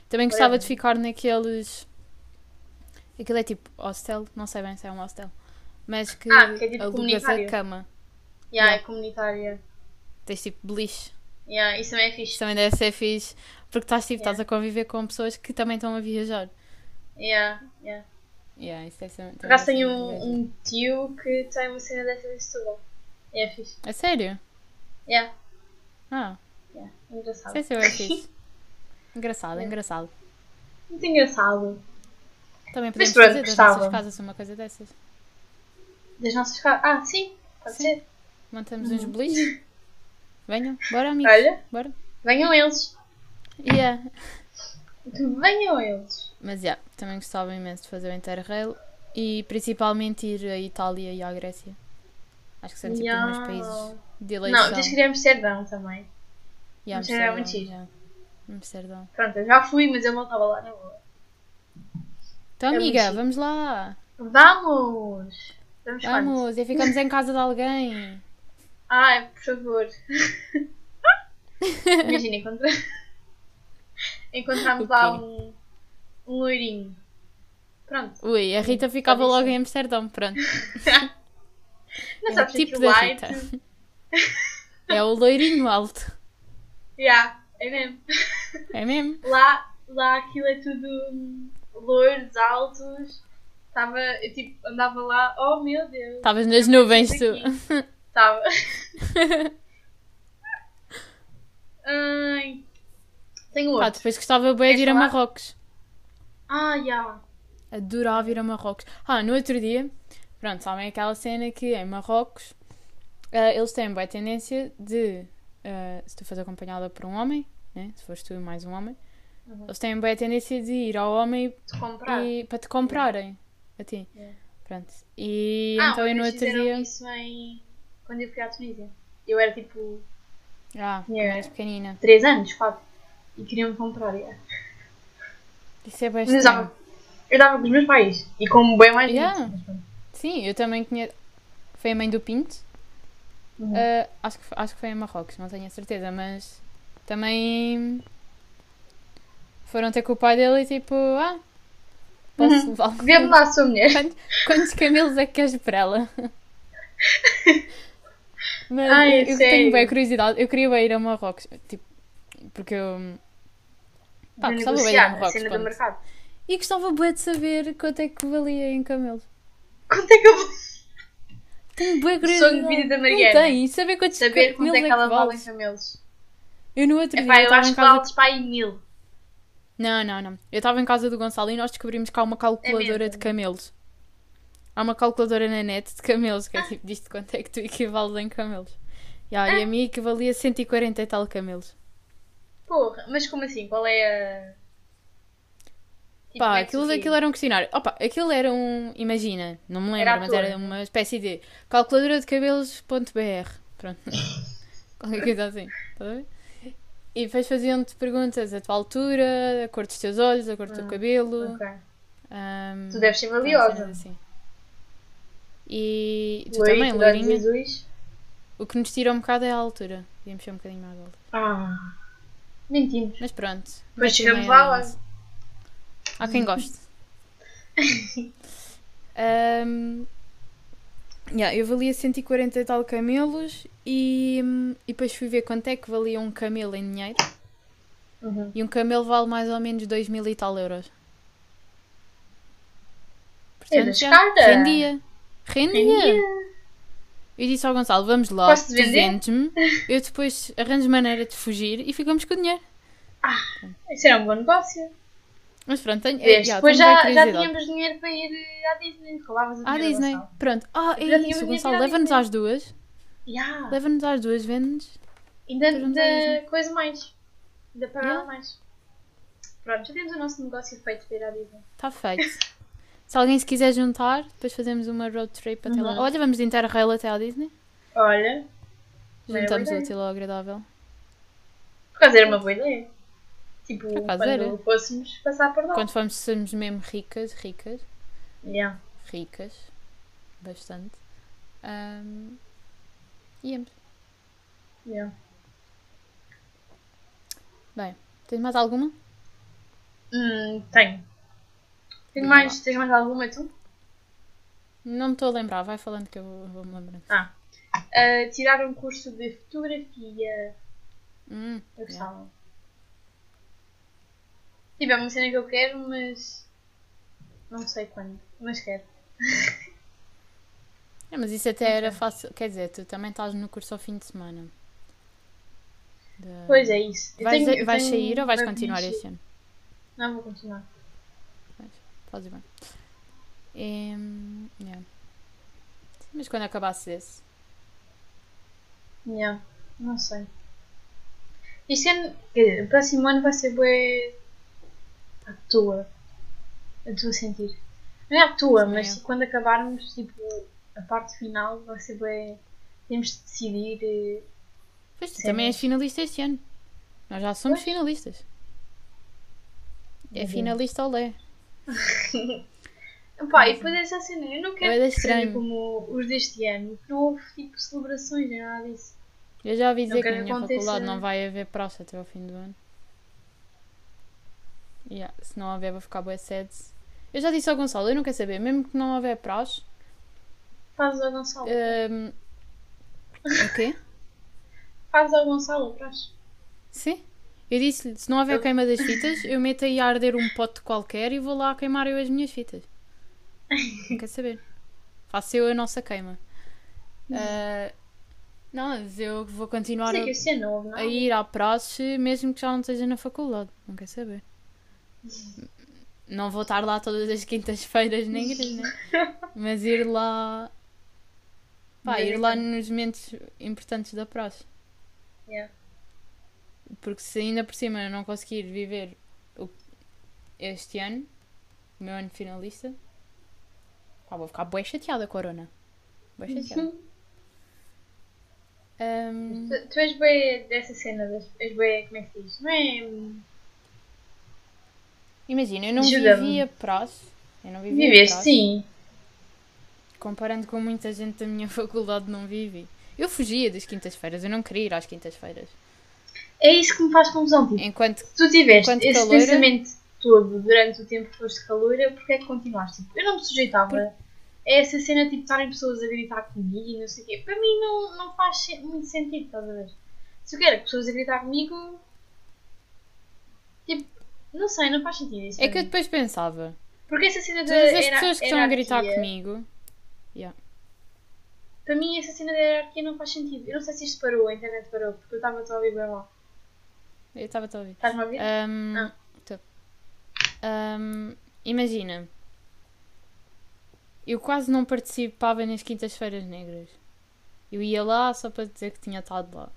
[SPEAKER 1] Também gostava
[SPEAKER 2] Whatever.
[SPEAKER 1] de ficar naqueles. Aquilo é tipo hostel, não sei bem se é um hostel. Mas que,
[SPEAKER 2] Ah, que é tipo
[SPEAKER 1] alugas a
[SPEAKER 2] comunitário.
[SPEAKER 1] cama.
[SPEAKER 2] Yeah,
[SPEAKER 1] Yeah.
[SPEAKER 2] É comunitária.
[SPEAKER 1] Tens tipo beliche.
[SPEAKER 2] Yeah, isso também é fixe.
[SPEAKER 1] Isso também deve ser fixe, porque estás tipo,
[SPEAKER 2] Yeah.
[SPEAKER 1] estás a conviver com pessoas que também estão a viajar.
[SPEAKER 2] Yeah, yeah.
[SPEAKER 1] Yeah, isso deve ser, também
[SPEAKER 2] Por acaso
[SPEAKER 1] deve ser
[SPEAKER 2] tenho
[SPEAKER 1] muito viagem.
[SPEAKER 2] um, um tio que tem uma cena dessas em Setúbal. É fixe.
[SPEAKER 1] A sério?
[SPEAKER 2] Yeah,
[SPEAKER 1] Ah,
[SPEAKER 2] yeah. Engraçado.
[SPEAKER 1] sei se eu é fixe. Engraçado, engraçado.
[SPEAKER 2] [LAUGHS] Muito engraçado.
[SPEAKER 1] Também podemos
[SPEAKER 2] pronto,
[SPEAKER 1] fazer das
[SPEAKER 2] gostava.
[SPEAKER 1] nossas casas uma coisa dessas.
[SPEAKER 2] Das nossas casas. Ah, sim, pode
[SPEAKER 1] Sim.
[SPEAKER 2] ser.
[SPEAKER 1] Montamos uns beliches. Venham, bora amigos.
[SPEAKER 2] Uhum. Olha.
[SPEAKER 1] Bora.
[SPEAKER 2] Venham eles.
[SPEAKER 1] Yeah.
[SPEAKER 2] Venham eles.
[SPEAKER 1] Mas yeah, também gostava imenso de fazer o Interrail e principalmente ir à Itália e à Grécia. Acho que são tipo
[SPEAKER 2] Yeah.
[SPEAKER 1] os meus países de eleição.
[SPEAKER 2] Não, tens que ir a Amsterdão também.
[SPEAKER 1] E
[SPEAKER 2] Amsterdão é muito
[SPEAKER 1] Amsterdão,
[SPEAKER 2] giro.
[SPEAKER 1] yeah. Amsterdão.
[SPEAKER 2] Pronto, eu já fui, mas eu voltava lá na boa.
[SPEAKER 1] Então,
[SPEAKER 2] É muito
[SPEAKER 1] amiga,
[SPEAKER 2] giro.
[SPEAKER 1] vamos lá.
[SPEAKER 2] Vamos! Vamos, quando?
[SPEAKER 1] Vamos, e ficamos em casa de
[SPEAKER 2] [LAUGHS]
[SPEAKER 1] alguém.
[SPEAKER 2] Ai, por favor. [LAUGHS] Imagina, encontra... [LAUGHS] encontramos
[SPEAKER 1] O
[SPEAKER 2] lá
[SPEAKER 1] quê?
[SPEAKER 2] um, um loirinho. Pronto. [LAUGHS]
[SPEAKER 1] Ui, a Rita ficava
[SPEAKER 2] pode
[SPEAKER 1] logo
[SPEAKER 2] ser.
[SPEAKER 1] em Amsterdão,
[SPEAKER 2] [LAUGHS]
[SPEAKER 1] pronto.
[SPEAKER 2] Não
[SPEAKER 1] É
[SPEAKER 2] sabes
[SPEAKER 1] o tipo
[SPEAKER 2] aquilo
[SPEAKER 1] da
[SPEAKER 2] lá é
[SPEAKER 1] Rita.
[SPEAKER 2] tudo-
[SPEAKER 1] [LAUGHS] É o loirinho alto.
[SPEAKER 2] Yeah, é mesmo. [LAUGHS]
[SPEAKER 1] É mesmo?
[SPEAKER 2] Lá, lá aquilo é tudo hum, loiros, altos. Tava, eu tipo, andava lá, oh meu Deus.
[SPEAKER 1] Estavas nas nuvens, Tá, tu.
[SPEAKER 2] aqui. Tava. Ai. Tenho
[SPEAKER 1] [LAUGHS] Pá,
[SPEAKER 2] outro.
[SPEAKER 1] depois gostava bem de ir a
[SPEAKER 2] falar?
[SPEAKER 1] Marrocos.
[SPEAKER 2] Ah, já.
[SPEAKER 1] Adorava ir a Marrocos. Ah, no outro dia, pronto, sabem aquela cena que em Marrocos ah, eles têm boa tendência de, ah, se tu fores acompanhada por um homem, né, se fores tu e mais um homem,
[SPEAKER 2] Uhum.
[SPEAKER 1] eles têm boa tendência de ir ao homem
[SPEAKER 2] De comprar.
[SPEAKER 1] e, para te comprarem a ti.
[SPEAKER 2] Yeah.
[SPEAKER 1] Pronto. E
[SPEAKER 2] Ah,
[SPEAKER 1] então eu
[SPEAKER 2] mas
[SPEAKER 1] no outro
[SPEAKER 2] fizeram
[SPEAKER 1] dia.
[SPEAKER 2] isso em... quando eu fui à Tunísia. Eu era tipo
[SPEAKER 1] Ah,
[SPEAKER 2] Yeah.
[SPEAKER 1] mais pequenina.
[SPEAKER 2] 3 anos, 4. E queriam me comprar. Yeah.
[SPEAKER 1] Isso é
[SPEAKER 2] Mas eu
[SPEAKER 1] bastante.
[SPEAKER 2] dava, eu dava com os meus pais. E como bem mais
[SPEAKER 1] Yeah.
[SPEAKER 2] gente, mas pronto.
[SPEAKER 1] Ah, Sim, eu também conheço. Foi a mãe do Pinto.
[SPEAKER 2] Uhum.
[SPEAKER 1] Ah, acho, que, foi- acho que foi em Marrocos, não tenho a certeza, mas também foram ter com o pai dele e tipo, ah, posso
[SPEAKER 2] Uhum.
[SPEAKER 1] levar
[SPEAKER 2] Vê-me lá a sua mulher.
[SPEAKER 1] Quantos, [LAUGHS] quantos camelos é que queres para [LAUGHS] ela? Mas
[SPEAKER 2] Ai,
[SPEAKER 1] eu, eu tenho
[SPEAKER 2] sério?
[SPEAKER 1] bem curiosidade, eu queria bem ir a Marrocos, tipo, porque eu pá,
[SPEAKER 2] De
[SPEAKER 1] gostava bem de ir a
[SPEAKER 2] negociar a
[SPEAKER 1] Marrocos.
[SPEAKER 2] cena do
[SPEAKER 1] pronto.
[SPEAKER 2] mercado.
[SPEAKER 1] E gostava bem de saber quanto é que valia em camelos.
[SPEAKER 2] Quanto é que eu vou
[SPEAKER 1] Tenho bem curiosidade.
[SPEAKER 2] Sonho de vida da
[SPEAKER 1] Não
[SPEAKER 2] Mariana.
[SPEAKER 1] tenho, saber quantos
[SPEAKER 2] saber quanto
[SPEAKER 1] camelos
[SPEAKER 2] é que ela vale
[SPEAKER 1] vale.
[SPEAKER 2] em camelos?
[SPEAKER 1] Eu no outro
[SPEAKER 2] Epá,
[SPEAKER 1] dia
[SPEAKER 2] eu
[SPEAKER 1] estava
[SPEAKER 2] acho
[SPEAKER 1] então em casa
[SPEAKER 2] que vales para aí mil.
[SPEAKER 1] Não, não, não. Eu estava em casa do Gonçalo e nós descobrimos que há uma calculadora
[SPEAKER 2] É mesmo?
[SPEAKER 1] de camelos. Há uma calculadora na net de camelos,
[SPEAKER 2] Ah.
[SPEAKER 1] que é tipo, diz-te quanto é que tu equivales em camelos. Ya, E a mim equivalia 140 e tal camelos.
[SPEAKER 2] Porra, mas como assim? Qual é a. Tipo, como
[SPEAKER 1] Pá,
[SPEAKER 2] é que
[SPEAKER 1] aquilo,
[SPEAKER 2] surgiu?
[SPEAKER 1] aquilo era um questionário. Opa, aquilo era um. Imagina, não me lembro,
[SPEAKER 2] Era à
[SPEAKER 1] mas
[SPEAKER 2] toa,
[SPEAKER 1] era
[SPEAKER 2] não?
[SPEAKER 1] uma espécie de calculadora de cabelos.br. Pronto. [LAUGHS] Qualquer coisa assim, estás a ver? E depois faziam-te perguntas: a tua altura, a cor dos teus olhos, a cor do teu
[SPEAKER 2] Ah,
[SPEAKER 1] cabelo.
[SPEAKER 2] Ok.
[SPEAKER 1] ahm,
[SPEAKER 2] Tu deves ser
[SPEAKER 1] Pronto, cenas
[SPEAKER 2] valiosa.
[SPEAKER 1] assim. E tu
[SPEAKER 2] Loira,
[SPEAKER 1] também,
[SPEAKER 2] tu dás
[SPEAKER 1] loirinha.
[SPEAKER 2] azuis.
[SPEAKER 1] O que nos tira um bocado é a altura. Devíamos ser um bocadinho mais alto.
[SPEAKER 2] Ah. Mentimos.
[SPEAKER 1] Mas pronto.
[SPEAKER 2] Mas
[SPEAKER 1] mete-me
[SPEAKER 2] chegamos
[SPEAKER 1] aí
[SPEAKER 2] lá,
[SPEAKER 1] na
[SPEAKER 2] olha.
[SPEAKER 1] nossa. Há quem
[SPEAKER 2] [LAUGHS]
[SPEAKER 1] goste. Ahm, yeah, eu valia 140 e tal camelos e, hum, e depois fui ver quanto é que valia um camelo em dinheiro.
[SPEAKER 2] Uhum.
[SPEAKER 1] E um camelo vale mais ou menos 2 mil e tal
[SPEAKER 2] É
[SPEAKER 1] euros.
[SPEAKER 2] Era
[SPEAKER 1] já
[SPEAKER 2] escada.
[SPEAKER 1] rendia. Rendia. Eu disse ao Gonçalo, vamos lá,
[SPEAKER 2] Posso te vender? [LAUGHS]
[SPEAKER 1] presente-me, eu depois arranjo maneira de fugir e ficamos com o dinheiro.
[SPEAKER 2] Isso era um bom negócio.
[SPEAKER 1] Mas pronto, tenho, eh,
[SPEAKER 2] Vês,
[SPEAKER 1] já,
[SPEAKER 2] Depois
[SPEAKER 1] tenho
[SPEAKER 2] já,
[SPEAKER 1] bem
[SPEAKER 2] já
[SPEAKER 1] curiosidade.
[SPEAKER 2] tínhamos dinheiro para ir eh, à Disney. Roubavas o
[SPEAKER 1] Ah,
[SPEAKER 2] dinheiro.
[SPEAKER 1] Disney, pronto. Ah,
[SPEAKER 2] Já
[SPEAKER 1] é
[SPEAKER 2] tínhamos
[SPEAKER 1] isso,
[SPEAKER 2] dinheiro
[SPEAKER 1] Gonçalo,
[SPEAKER 2] para ir à
[SPEAKER 1] leva-nos
[SPEAKER 2] Disney.
[SPEAKER 1] às duas.
[SPEAKER 2] Yeah.
[SPEAKER 1] Leva-nos às duas, vende-nos.
[SPEAKER 2] Ainda
[SPEAKER 1] Depois vamos
[SPEAKER 2] da
[SPEAKER 1] à Disney.
[SPEAKER 2] coisa mais. Ainda para
[SPEAKER 1] Yeah.
[SPEAKER 2] mais. Pronto, já temos o nosso negócio feito para ir à Disney.
[SPEAKER 1] Está Tá
[SPEAKER 2] [LAUGHS]
[SPEAKER 1] feito. Se alguém se quiser juntar, depois fazemos uma road trip até lá.
[SPEAKER 2] Uhum.
[SPEAKER 1] Olha, vamos de Interrail até à Disney.
[SPEAKER 2] Olha, Uma
[SPEAKER 1] Juntamos o
[SPEAKER 2] boa ideia.
[SPEAKER 1] útil ao agradável.
[SPEAKER 2] por acaso era uma boa ideia. Tipo,
[SPEAKER 1] Por acaso era.
[SPEAKER 2] quando fôssemos passar por lá.
[SPEAKER 1] Quando formos, somos mesmo ricas, ricas,
[SPEAKER 2] Yeah.
[SPEAKER 1] ricas, bastante. Ahm, é, íamos.
[SPEAKER 2] Yeah.
[SPEAKER 1] Bem, tens mais alguma?
[SPEAKER 2] Hum, tenho. Tenho
[SPEAKER 1] Vamos
[SPEAKER 2] mais, tens mais alguma tu?
[SPEAKER 1] Não me estou a lembrar, vai falando
[SPEAKER 2] Eh,
[SPEAKER 1] que eu vou, vou me lembrando.
[SPEAKER 2] Ah. Ah, tirar um curso de fotografia.
[SPEAKER 1] Hum,
[SPEAKER 2] Eu
[SPEAKER 1] yeah.
[SPEAKER 2] gostava. Tipo, é uma cena que eu quero, mas. Não sei quando. Mas quero.
[SPEAKER 1] É, mas isso até era fácil. Quer dizer, tu também estás no curso ao fim de semana. Da-
[SPEAKER 2] Pois é, isso. Eu
[SPEAKER 1] Vais,
[SPEAKER 2] tenho- eu
[SPEAKER 1] vais
[SPEAKER 2] tenho-
[SPEAKER 1] sair ou vais
[SPEAKER 2] vou
[SPEAKER 1] continuar
[SPEAKER 2] preencher-
[SPEAKER 1] este ano?
[SPEAKER 2] Não, vou continuar.
[SPEAKER 1] Fazes bem. Em, yeah. Sim, Mas quando acabasses esse?
[SPEAKER 2] Yeah, não sei. Este ano, quer dizer, o próximo ano vai ser bué à toa. Eu estou a sentir. Não é à toa,
[SPEAKER 1] Sim,
[SPEAKER 2] mas
[SPEAKER 1] é.
[SPEAKER 2] tipo, quando acabarmos, tipo, a parte final vai ser bué... Temos de decidir... eh,
[SPEAKER 1] Pois tu
[SPEAKER 2] Sim.
[SPEAKER 1] também és finalista este ano. Nós já somos
[SPEAKER 2] Pois.
[SPEAKER 1] finalistas. É
[SPEAKER 2] Uhum.
[SPEAKER 1] finalista ou lé.
[SPEAKER 2] Pá, e depois é essa cena, eu não quero
[SPEAKER 1] Bué da
[SPEAKER 2] que seja
[SPEAKER 1] estranho.
[SPEAKER 2] como os deste ano, que não houve, tipo, celebrações, nem nada disso.
[SPEAKER 1] Eu já ouvi dizer que
[SPEAKER 2] quero é?
[SPEAKER 1] na
[SPEAKER 2] que
[SPEAKER 1] minha
[SPEAKER 2] aconteça-
[SPEAKER 1] faculdade não vai haver praça até ao fim do ano. Yeah, se não houver, vou ficar boa sede. Eu já disse ao Gonçalo, eu não quero saber, mesmo que não houver praxe.
[SPEAKER 2] Fazes ao Gonçalo,
[SPEAKER 1] hum, O quê?
[SPEAKER 2] fazes ao Gonçalo, atrás.
[SPEAKER 1] Sim? Eu disse-lhe, se não houver queima das fitas, eu meto aí a arder um pote qualquer e vou lá queimar eu as minhas fitas. Não quer saber. Faço eu a nossa queima. Ah, não, mas eu vou continuar
[SPEAKER 2] Sei que
[SPEAKER 1] a,
[SPEAKER 2] este ano não houve
[SPEAKER 1] a
[SPEAKER 2] nada.
[SPEAKER 1] ir à praxe mesmo que já não esteja na faculdade. Não quer saber. Não vou estar lá todas as quintas-feiras negras, né? Mas ir lá. Pá, ir lá nos momentos importantes da praxe.
[SPEAKER 2] Yeah.
[SPEAKER 1] Porque se ainda por cima eu não conseguir viver o- este ano, o meu ano finalista, pá, vou ficar bué chateada, Corona. Bué
[SPEAKER 2] Uhum.
[SPEAKER 1] chateada. Ahm,
[SPEAKER 2] [LAUGHS] Tu, tu és bem dessa cena, das- és bem, como é que se diz? Não é? hum,
[SPEAKER 1] imagina, eu não
[SPEAKER 2] Ajuda-me.
[SPEAKER 1] vivia praxe. Eu não vivia
[SPEAKER 2] Viveste,
[SPEAKER 1] praxe.
[SPEAKER 2] sim.
[SPEAKER 1] Comparando com muita gente da minha [LAUGHS] faculdade, não vivi. Eu fugia das quintas-feiras, eu não queria ir às quintas-feiras.
[SPEAKER 2] É isso que me faz confusão. Tipo,
[SPEAKER 1] Enquanto
[SPEAKER 2] se tu tiveste
[SPEAKER 1] enquanto
[SPEAKER 2] esse
[SPEAKER 1] caloira-
[SPEAKER 2] pensamento todo durante o tempo que foste caloira, porque é que continuaste? Tipo, eu não me sujeitava a essa cena tipo, de estarem pessoas a gritar comigo e não sei o quê. Para mim não, não faz se- muito sentido, estás a ver? Se eu quero que pessoas a gritar comigo. Tipo, não sei, não faz sentido isso.
[SPEAKER 1] É
[SPEAKER 2] para
[SPEAKER 1] que eu
[SPEAKER 2] mim.
[SPEAKER 1] depois pensava,
[SPEAKER 2] Porque essa cena da.
[SPEAKER 1] todas as
[SPEAKER 2] hiera-
[SPEAKER 1] pessoas que estão a gritar
[SPEAKER 2] hierarquia-
[SPEAKER 1] comigo,
[SPEAKER 2] Para mim, essa cena da hierarquia não faz sentido. Eu não sei se isto parou, a internet parou, porque eu estava só a ouvir bem lá.
[SPEAKER 1] eu estava a ouvir.
[SPEAKER 2] Estás-me a ouvir?
[SPEAKER 1] Ahm,
[SPEAKER 2] Ah.
[SPEAKER 1] tô. Ahm, imagina, eu quase não participava nas quintas-feiras negras. Eu ia lá só para dizer que tinha estado lá.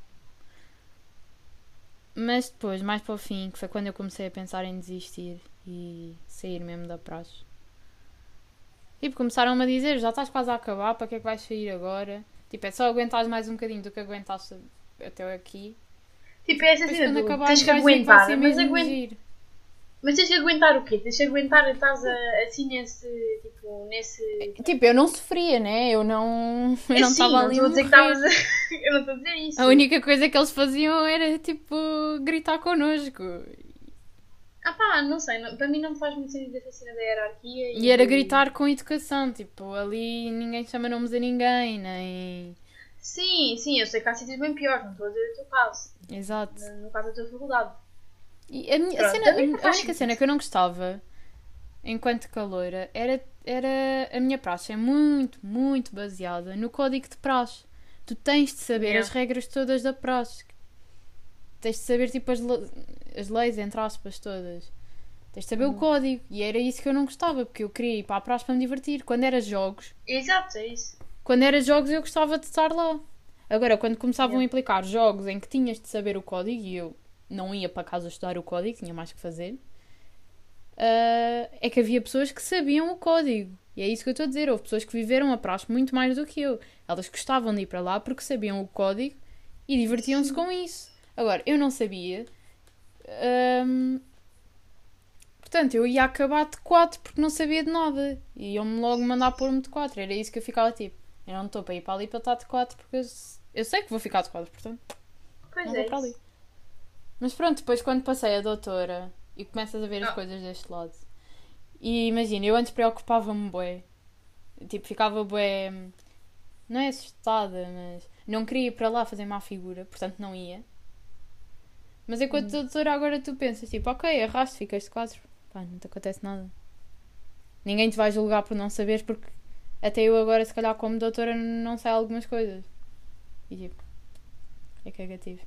[SPEAKER 1] Mas depois, mais para o fim, que foi quando eu comecei a pensar em desistir e sair mesmo da praxe. Tipo, começaram-me a dizer, já estás quase a acabar, para que é que vais sair agora? Tipo, é só aguentares mais um bocadinho do que aguentaste até aqui.
[SPEAKER 2] Tipo, é essa
[SPEAKER 1] Depois
[SPEAKER 2] cena
[SPEAKER 1] quando
[SPEAKER 2] do,
[SPEAKER 1] acabar
[SPEAKER 2] tens que aguentar, mas, aguenta,
[SPEAKER 1] aguentar.
[SPEAKER 2] mas tens que aguentar o quê? Tens que aguentar, estás a- assim nesse, tipo, nesse...
[SPEAKER 1] Tipo, eu não sofria, né? Eu não. Eu não
[SPEAKER 2] Sim,
[SPEAKER 1] estava ali.
[SPEAKER 2] estou
[SPEAKER 1] a
[SPEAKER 2] a dizer que assim.
[SPEAKER 1] morrer.
[SPEAKER 2] estavas a... Eu não estou a dizer [LAUGHS] isso.
[SPEAKER 1] A única coisa que eles faziam era tipo gritar connosco.
[SPEAKER 2] Ah pá, não sei, não- para mim não me faz muito sentido essa cena da hierarquia.
[SPEAKER 1] E era gritar com educação, tipo, ali ninguém chama nomes a ninguém, nem.
[SPEAKER 2] Sim, sim, eu sei que há sítios bem piores, não estou a dizer o teu caso,
[SPEAKER 1] Exato.
[SPEAKER 2] no no caso da tua faculdade.
[SPEAKER 1] E a, minha- a
[SPEAKER 2] Pronto,
[SPEAKER 1] cena-
[SPEAKER 2] também não
[SPEAKER 1] a
[SPEAKER 2] faz
[SPEAKER 1] única
[SPEAKER 2] sentido.
[SPEAKER 1] cena que eu não gostava, enquanto caloira, era, era a minha praxe. É muito, muito baseada no código de praxe. Tu tens de saber
[SPEAKER 2] Yeah.
[SPEAKER 1] as regras todas da praxe. Tens de saber, tipo, as, le- as leis, entre aspas, todas. Tens de saber
[SPEAKER 2] Uhum.
[SPEAKER 1] o código. E era isso que eu não gostava, porque eu queria ir para a praxe para me divertir. Quando era jogos,
[SPEAKER 2] Exato, é isso.
[SPEAKER 1] quando era jogos eu gostava de estar lá. Agora, quando começavam
[SPEAKER 2] Yeah.
[SPEAKER 1] a implicar jogos em que tinhas de saber o código e eu não ia para casa estudar o código, tinha mais que fazer, ah, é que havia pessoas que sabiam o código. E é isso que eu estou a dizer. Houve pessoas que viveram a praxe muito mais do que eu. Elas gostavam de ir para lá porque sabiam o código e divertiam-se com isso. Agora, eu não sabia. Ahm, portanto, eu ia acabar de 4 porque não sabia de nada. E iam-me logo mandar pôr-me de 4. Era isso que eu ficava tipo. Eu não estou para ir para ali para estar de 4 porque eu, se- eu sei que vou ficar de 4, portanto,
[SPEAKER 2] Pois
[SPEAKER 1] não
[SPEAKER 2] é
[SPEAKER 1] vou para
[SPEAKER 2] isso.
[SPEAKER 1] ali. Mas pronto, depois quando passei a doutora e começas a ver as
[SPEAKER 2] Ah.
[SPEAKER 1] coisas deste lado. E imagina, eu antes preocupava-me bué. Tipo, ficava bué. Não é assustada, mas. Não queria ir para lá fazer má figura, portanto não ia. Mas
[SPEAKER 2] Hum.
[SPEAKER 1] enquanto doutora agora tu pensas, tipo, ok, erraste, ficaste quatro. Pá, não te acontece nada. Ninguém te vai julgar por não saberes, porque até eu agora, se calhar, como doutora, não sei algumas coisas. E tipo, é cagativo.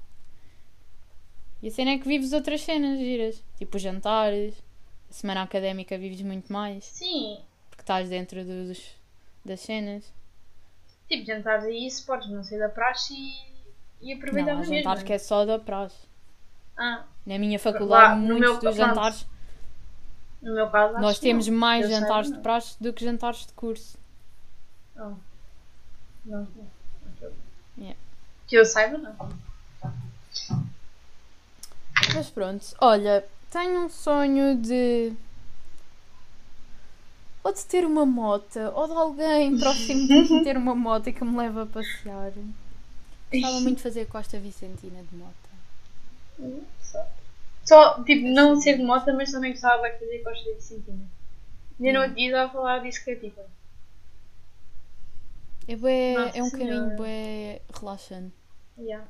[SPEAKER 1] E a cena é que vives outras cenas giras, tipo os jantares, a semana académica vives muito mais,
[SPEAKER 2] Sim,
[SPEAKER 1] porque estás dentro dos, das cenas.
[SPEAKER 2] tipo, jantares e isso, podes não sair da praxe e, e aproveitar
[SPEAKER 1] Não, há
[SPEAKER 2] mesmo.
[SPEAKER 1] jantares que é só da praxe.
[SPEAKER 2] Ah,
[SPEAKER 1] Na minha
[SPEAKER 2] Lá,
[SPEAKER 1] faculdade,
[SPEAKER 2] no
[SPEAKER 1] muitos
[SPEAKER 2] meu-
[SPEAKER 1] dos
[SPEAKER 2] pronto,
[SPEAKER 1] jantares,
[SPEAKER 2] no meu caso, acho
[SPEAKER 1] nós
[SPEAKER 2] que
[SPEAKER 1] temos
[SPEAKER 2] não.
[SPEAKER 1] mais
[SPEAKER 2] Eu sei,
[SPEAKER 1] jantares
[SPEAKER 2] não.
[SPEAKER 1] de praxe do que jantares de curso.
[SPEAKER 2] Ah. Não, não, não.
[SPEAKER 1] Yeah.
[SPEAKER 2] Que eu saiba, não.
[SPEAKER 1] Mas pronto, olha, tenho um sonho de. Ou de ter uma moto, ou de alguém [LAUGHS] próximo de mim ter uma moto que me leva a passear. Gostava muito de fazer Costa Vicentina de moto.
[SPEAKER 2] Só- Só, tipo, não ser de moto, mas também gostava de fazer costa de cintinha. Ainda não dia estava a falar disso que é tipo.
[SPEAKER 1] É, bué-
[SPEAKER 2] Nossa
[SPEAKER 1] é um
[SPEAKER 2] Ah, Senhora.
[SPEAKER 1] caminho bué relaxante.
[SPEAKER 2] Yeah.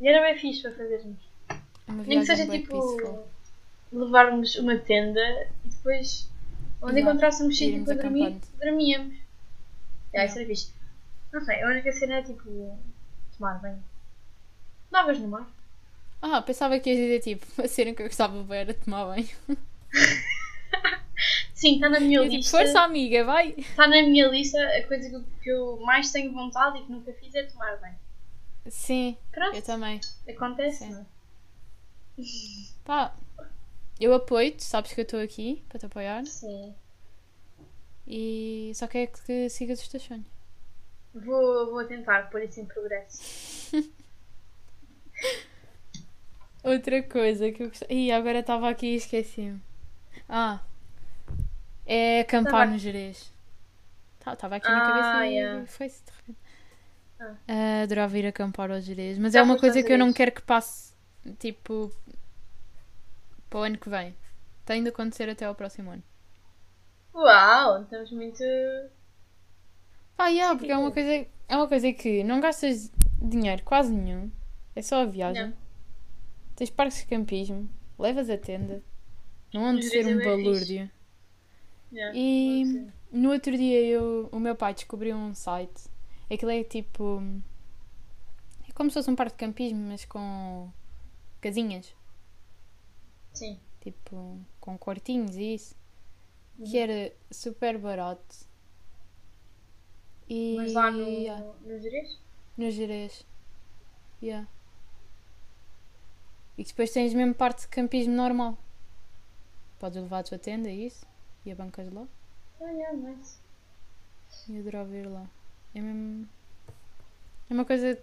[SPEAKER 2] E era bem fixe para fazermos.
[SPEAKER 1] É uma
[SPEAKER 2] Nem que
[SPEAKER 1] viagem
[SPEAKER 2] seja
[SPEAKER 1] bué
[SPEAKER 2] tipo.
[SPEAKER 1] peaceful.
[SPEAKER 2] levarmos uma tenda e depois. onde
[SPEAKER 1] Yeah.
[SPEAKER 2] encontrássemos sítio
[SPEAKER 1] Irmos
[SPEAKER 2] para dormir,
[SPEAKER 1] acampando.
[SPEAKER 2] dormíamos. Yeah,
[SPEAKER 1] Yeah.
[SPEAKER 2] Isso era fixe. Não sei, a única cena é tipo. tomar banho. Davas no mar?
[SPEAKER 1] Ah, pensava que ias dizer tipo, a cena que eu gostava bué era de tomar banho.
[SPEAKER 2] Sim, está na minha
[SPEAKER 1] Eu, tipo,
[SPEAKER 2] lista.
[SPEAKER 1] força amiga, vai!
[SPEAKER 2] Está na minha lista a coisa que eu, que eu mais tenho vontade e que nunca fiz é tomar banho.
[SPEAKER 1] Sim,
[SPEAKER 2] Pronto,
[SPEAKER 1] eu também.
[SPEAKER 2] acontece,
[SPEAKER 1] Sim.
[SPEAKER 2] não é?
[SPEAKER 1] Pá, eu apoio-te, sabes que eu estou aqui para te apoiar.
[SPEAKER 2] Sim.
[SPEAKER 1] E só quero que sigas os teus sonhos.
[SPEAKER 2] Vou, vou tentar pôr isso em progresso.
[SPEAKER 1] Outra coisa que eu gostava. Ih, agora estava aqui e esqueci-me. Ah, é acampar
[SPEAKER 2] Tava-
[SPEAKER 1] no Jerez. Estava Tá, aqui na cabeça
[SPEAKER 2] Ah,
[SPEAKER 1] e
[SPEAKER 2] yeah.
[SPEAKER 1] foi-se de repente.
[SPEAKER 2] Ah.
[SPEAKER 1] Ah, adorava ir acampar ao Jerez, mas
[SPEAKER 2] Já
[SPEAKER 1] é uma
[SPEAKER 2] foste
[SPEAKER 1] coisa
[SPEAKER 2] ao
[SPEAKER 1] que eu não
[SPEAKER 2] Jerez?
[SPEAKER 1] quero que passe tipo para o ano que vem. Tem de acontecer até ao próximo ano.
[SPEAKER 2] Uau, estamos muito.
[SPEAKER 1] Pá, yeah, porque é uma
[SPEAKER 2] Tipo-
[SPEAKER 1] coisa, é uma coisa que não gastas dinheiro quase nenhum, é só a viagem.
[SPEAKER 2] Não.
[SPEAKER 1] Tens parques de campismo, levas a tenda, não onde
[SPEAKER 2] Mas
[SPEAKER 1] ser
[SPEAKER 2] isso é
[SPEAKER 1] um
[SPEAKER 2] bem
[SPEAKER 1] balúrdio.
[SPEAKER 2] Yeah,
[SPEAKER 1] E-
[SPEAKER 2] vou dizer.
[SPEAKER 1] No outro dia eu, o meu pai descobriu um site. Aquilo é tipo. É como se fosse um parque de campismo, mas com casinhas.
[SPEAKER 2] Sim.
[SPEAKER 1] Tipo, com quartinhos e isso. Que
[SPEAKER 2] Uhum.
[SPEAKER 1] era super barato. E.
[SPEAKER 2] Mas lá no,
[SPEAKER 1] yeah,
[SPEAKER 2] no Jerez?
[SPEAKER 1] no Jerez. Yeah. E depois tens mesmo parte de campismo normal. Podes levar a tua tenda e isso. E a banca de lá.
[SPEAKER 2] Ah, yeah, nice.
[SPEAKER 1] Eu adorava ir lá. É mesmo. É uma coisa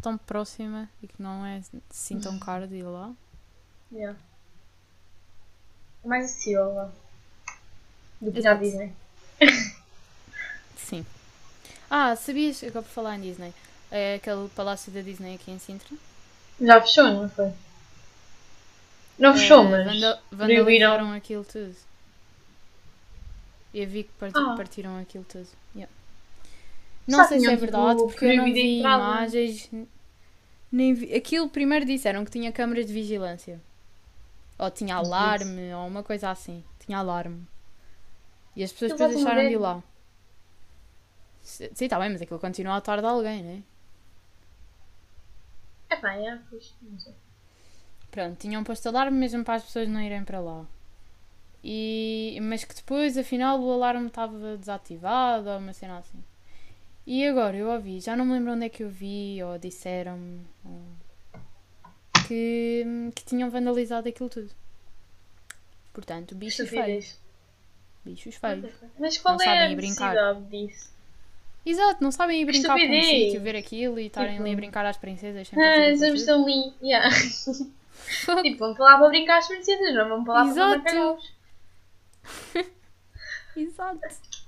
[SPEAKER 1] tão próxima e que não é assim tão caro de ir lá.
[SPEAKER 2] Yeah. É Mais acessível lá. Do que já
[SPEAKER 1] Exato.
[SPEAKER 2] Disney.
[SPEAKER 1] Sim. Ah, sabias? Agora por falar em Disney. É aquele palácio da Disney aqui em Sintra.
[SPEAKER 2] Já fechou, não foi? Não fechou,
[SPEAKER 1] É,
[SPEAKER 2] mas.
[SPEAKER 1] vanda-
[SPEAKER 2] proibiram.
[SPEAKER 1] vandalizaram aquilo tudo. Eu vi que parti-
[SPEAKER 2] Ah.
[SPEAKER 1] partiram aquilo tudo. Yeah.
[SPEAKER 2] Só
[SPEAKER 1] Não sei se
[SPEAKER 2] tinham,
[SPEAKER 1] é
[SPEAKER 2] tipo,
[SPEAKER 1] verdade, porque eu não
[SPEAKER 2] proibido a
[SPEAKER 1] vi
[SPEAKER 2] entrada.
[SPEAKER 1] imagens. n- Nem vi. Aquilo primeiro disseram que tinha câmaras de vigilância. Ou tinha
[SPEAKER 2] Mas
[SPEAKER 1] alarme, ou uma coisa assim. Tinha alarme. E as pessoas
[SPEAKER 2] Eu
[SPEAKER 1] depois
[SPEAKER 2] volto a
[SPEAKER 1] deixaram de ir
[SPEAKER 2] ver.
[SPEAKER 1] lá. Se- Sim, está bem, mas aquilo continua a estar de alguém, não é?
[SPEAKER 2] É pá, é, pois. Não sei.
[SPEAKER 1] Pronto, tinham posto alarme mesmo para as pessoas não irem para lá. E, mas que depois, afinal, o alarme estava desativado ou uma cena assim. E agora eu ouvi, já não me lembro onde é que eu vi ou disseram-me ou- que, que tinham vandalizado aquilo tudo. Portanto, bichos feios.
[SPEAKER 2] Estupidez.
[SPEAKER 1] Bichos feios.
[SPEAKER 2] Mas qual
[SPEAKER 1] é Não
[SPEAKER 2] é
[SPEAKER 1] sabem
[SPEAKER 2] a
[SPEAKER 1] ir brincar.
[SPEAKER 2] necessidade disso?
[SPEAKER 1] Exato, não sabem ir brincar para um
[SPEAKER 2] Estupidez.
[SPEAKER 1] sítio, ver aquilo e estarem ali a
[SPEAKER 2] Tipo-
[SPEAKER 1] brincar às princesas sem
[SPEAKER 2] Ah,
[SPEAKER 1] partir o
[SPEAKER 2] estamos
[SPEAKER 1] conteúdo.
[SPEAKER 2] tão lindos.
[SPEAKER 1] [LAUGHS]
[SPEAKER 2] Yeah. tipo, vão para lá para brincar as princesas, não vão para lá para
[SPEAKER 1] Exato.
[SPEAKER 2] matar galos.
[SPEAKER 1] Exato.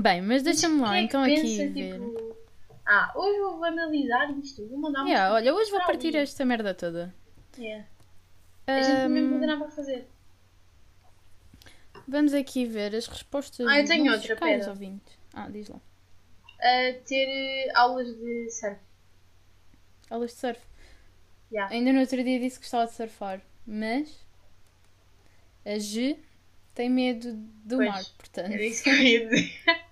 [SPEAKER 1] Bem, mas deixa-me lá
[SPEAKER 2] Quem é que
[SPEAKER 1] então
[SPEAKER 2] pensa,
[SPEAKER 1] aqui ver.
[SPEAKER 2] tipo, Ah, hoje vou analisar isto, vou mandar um.
[SPEAKER 1] Yeah, olha, hoje vou
[SPEAKER 2] para
[SPEAKER 1] partir
[SPEAKER 2] ali.
[SPEAKER 1] esta merda toda.
[SPEAKER 2] Yeah. A gente também não tem
[SPEAKER 1] um,
[SPEAKER 2] nada para fazer.
[SPEAKER 1] Ahm, vamos aqui ver as respostas
[SPEAKER 2] Ah, eu
[SPEAKER 1] dos
[SPEAKER 2] tenho
[SPEAKER 1] nossos
[SPEAKER 2] outra,
[SPEAKER 1] caros
[SPEAKER 2] pera.
[SPEAKER 1] ouvintes. Ah, diz lá.
[SPEAKER 2] A ter eh, aulas de surf.
[SPEAKER 1] Aulas de surf.
[SPEAKER 2] Yeah.
[SPEAKER 1] Ainda no outro dia disse que gostava de surfar, mas a G tem medo do
[SPEAKER 2] Pois.
[SPEAKER 1] mar, portanto.
[SPEAKER 2] Era isso que eu
[SPEAKER 1] [LAUGHS]
[SPEAKER 2] ia dizer.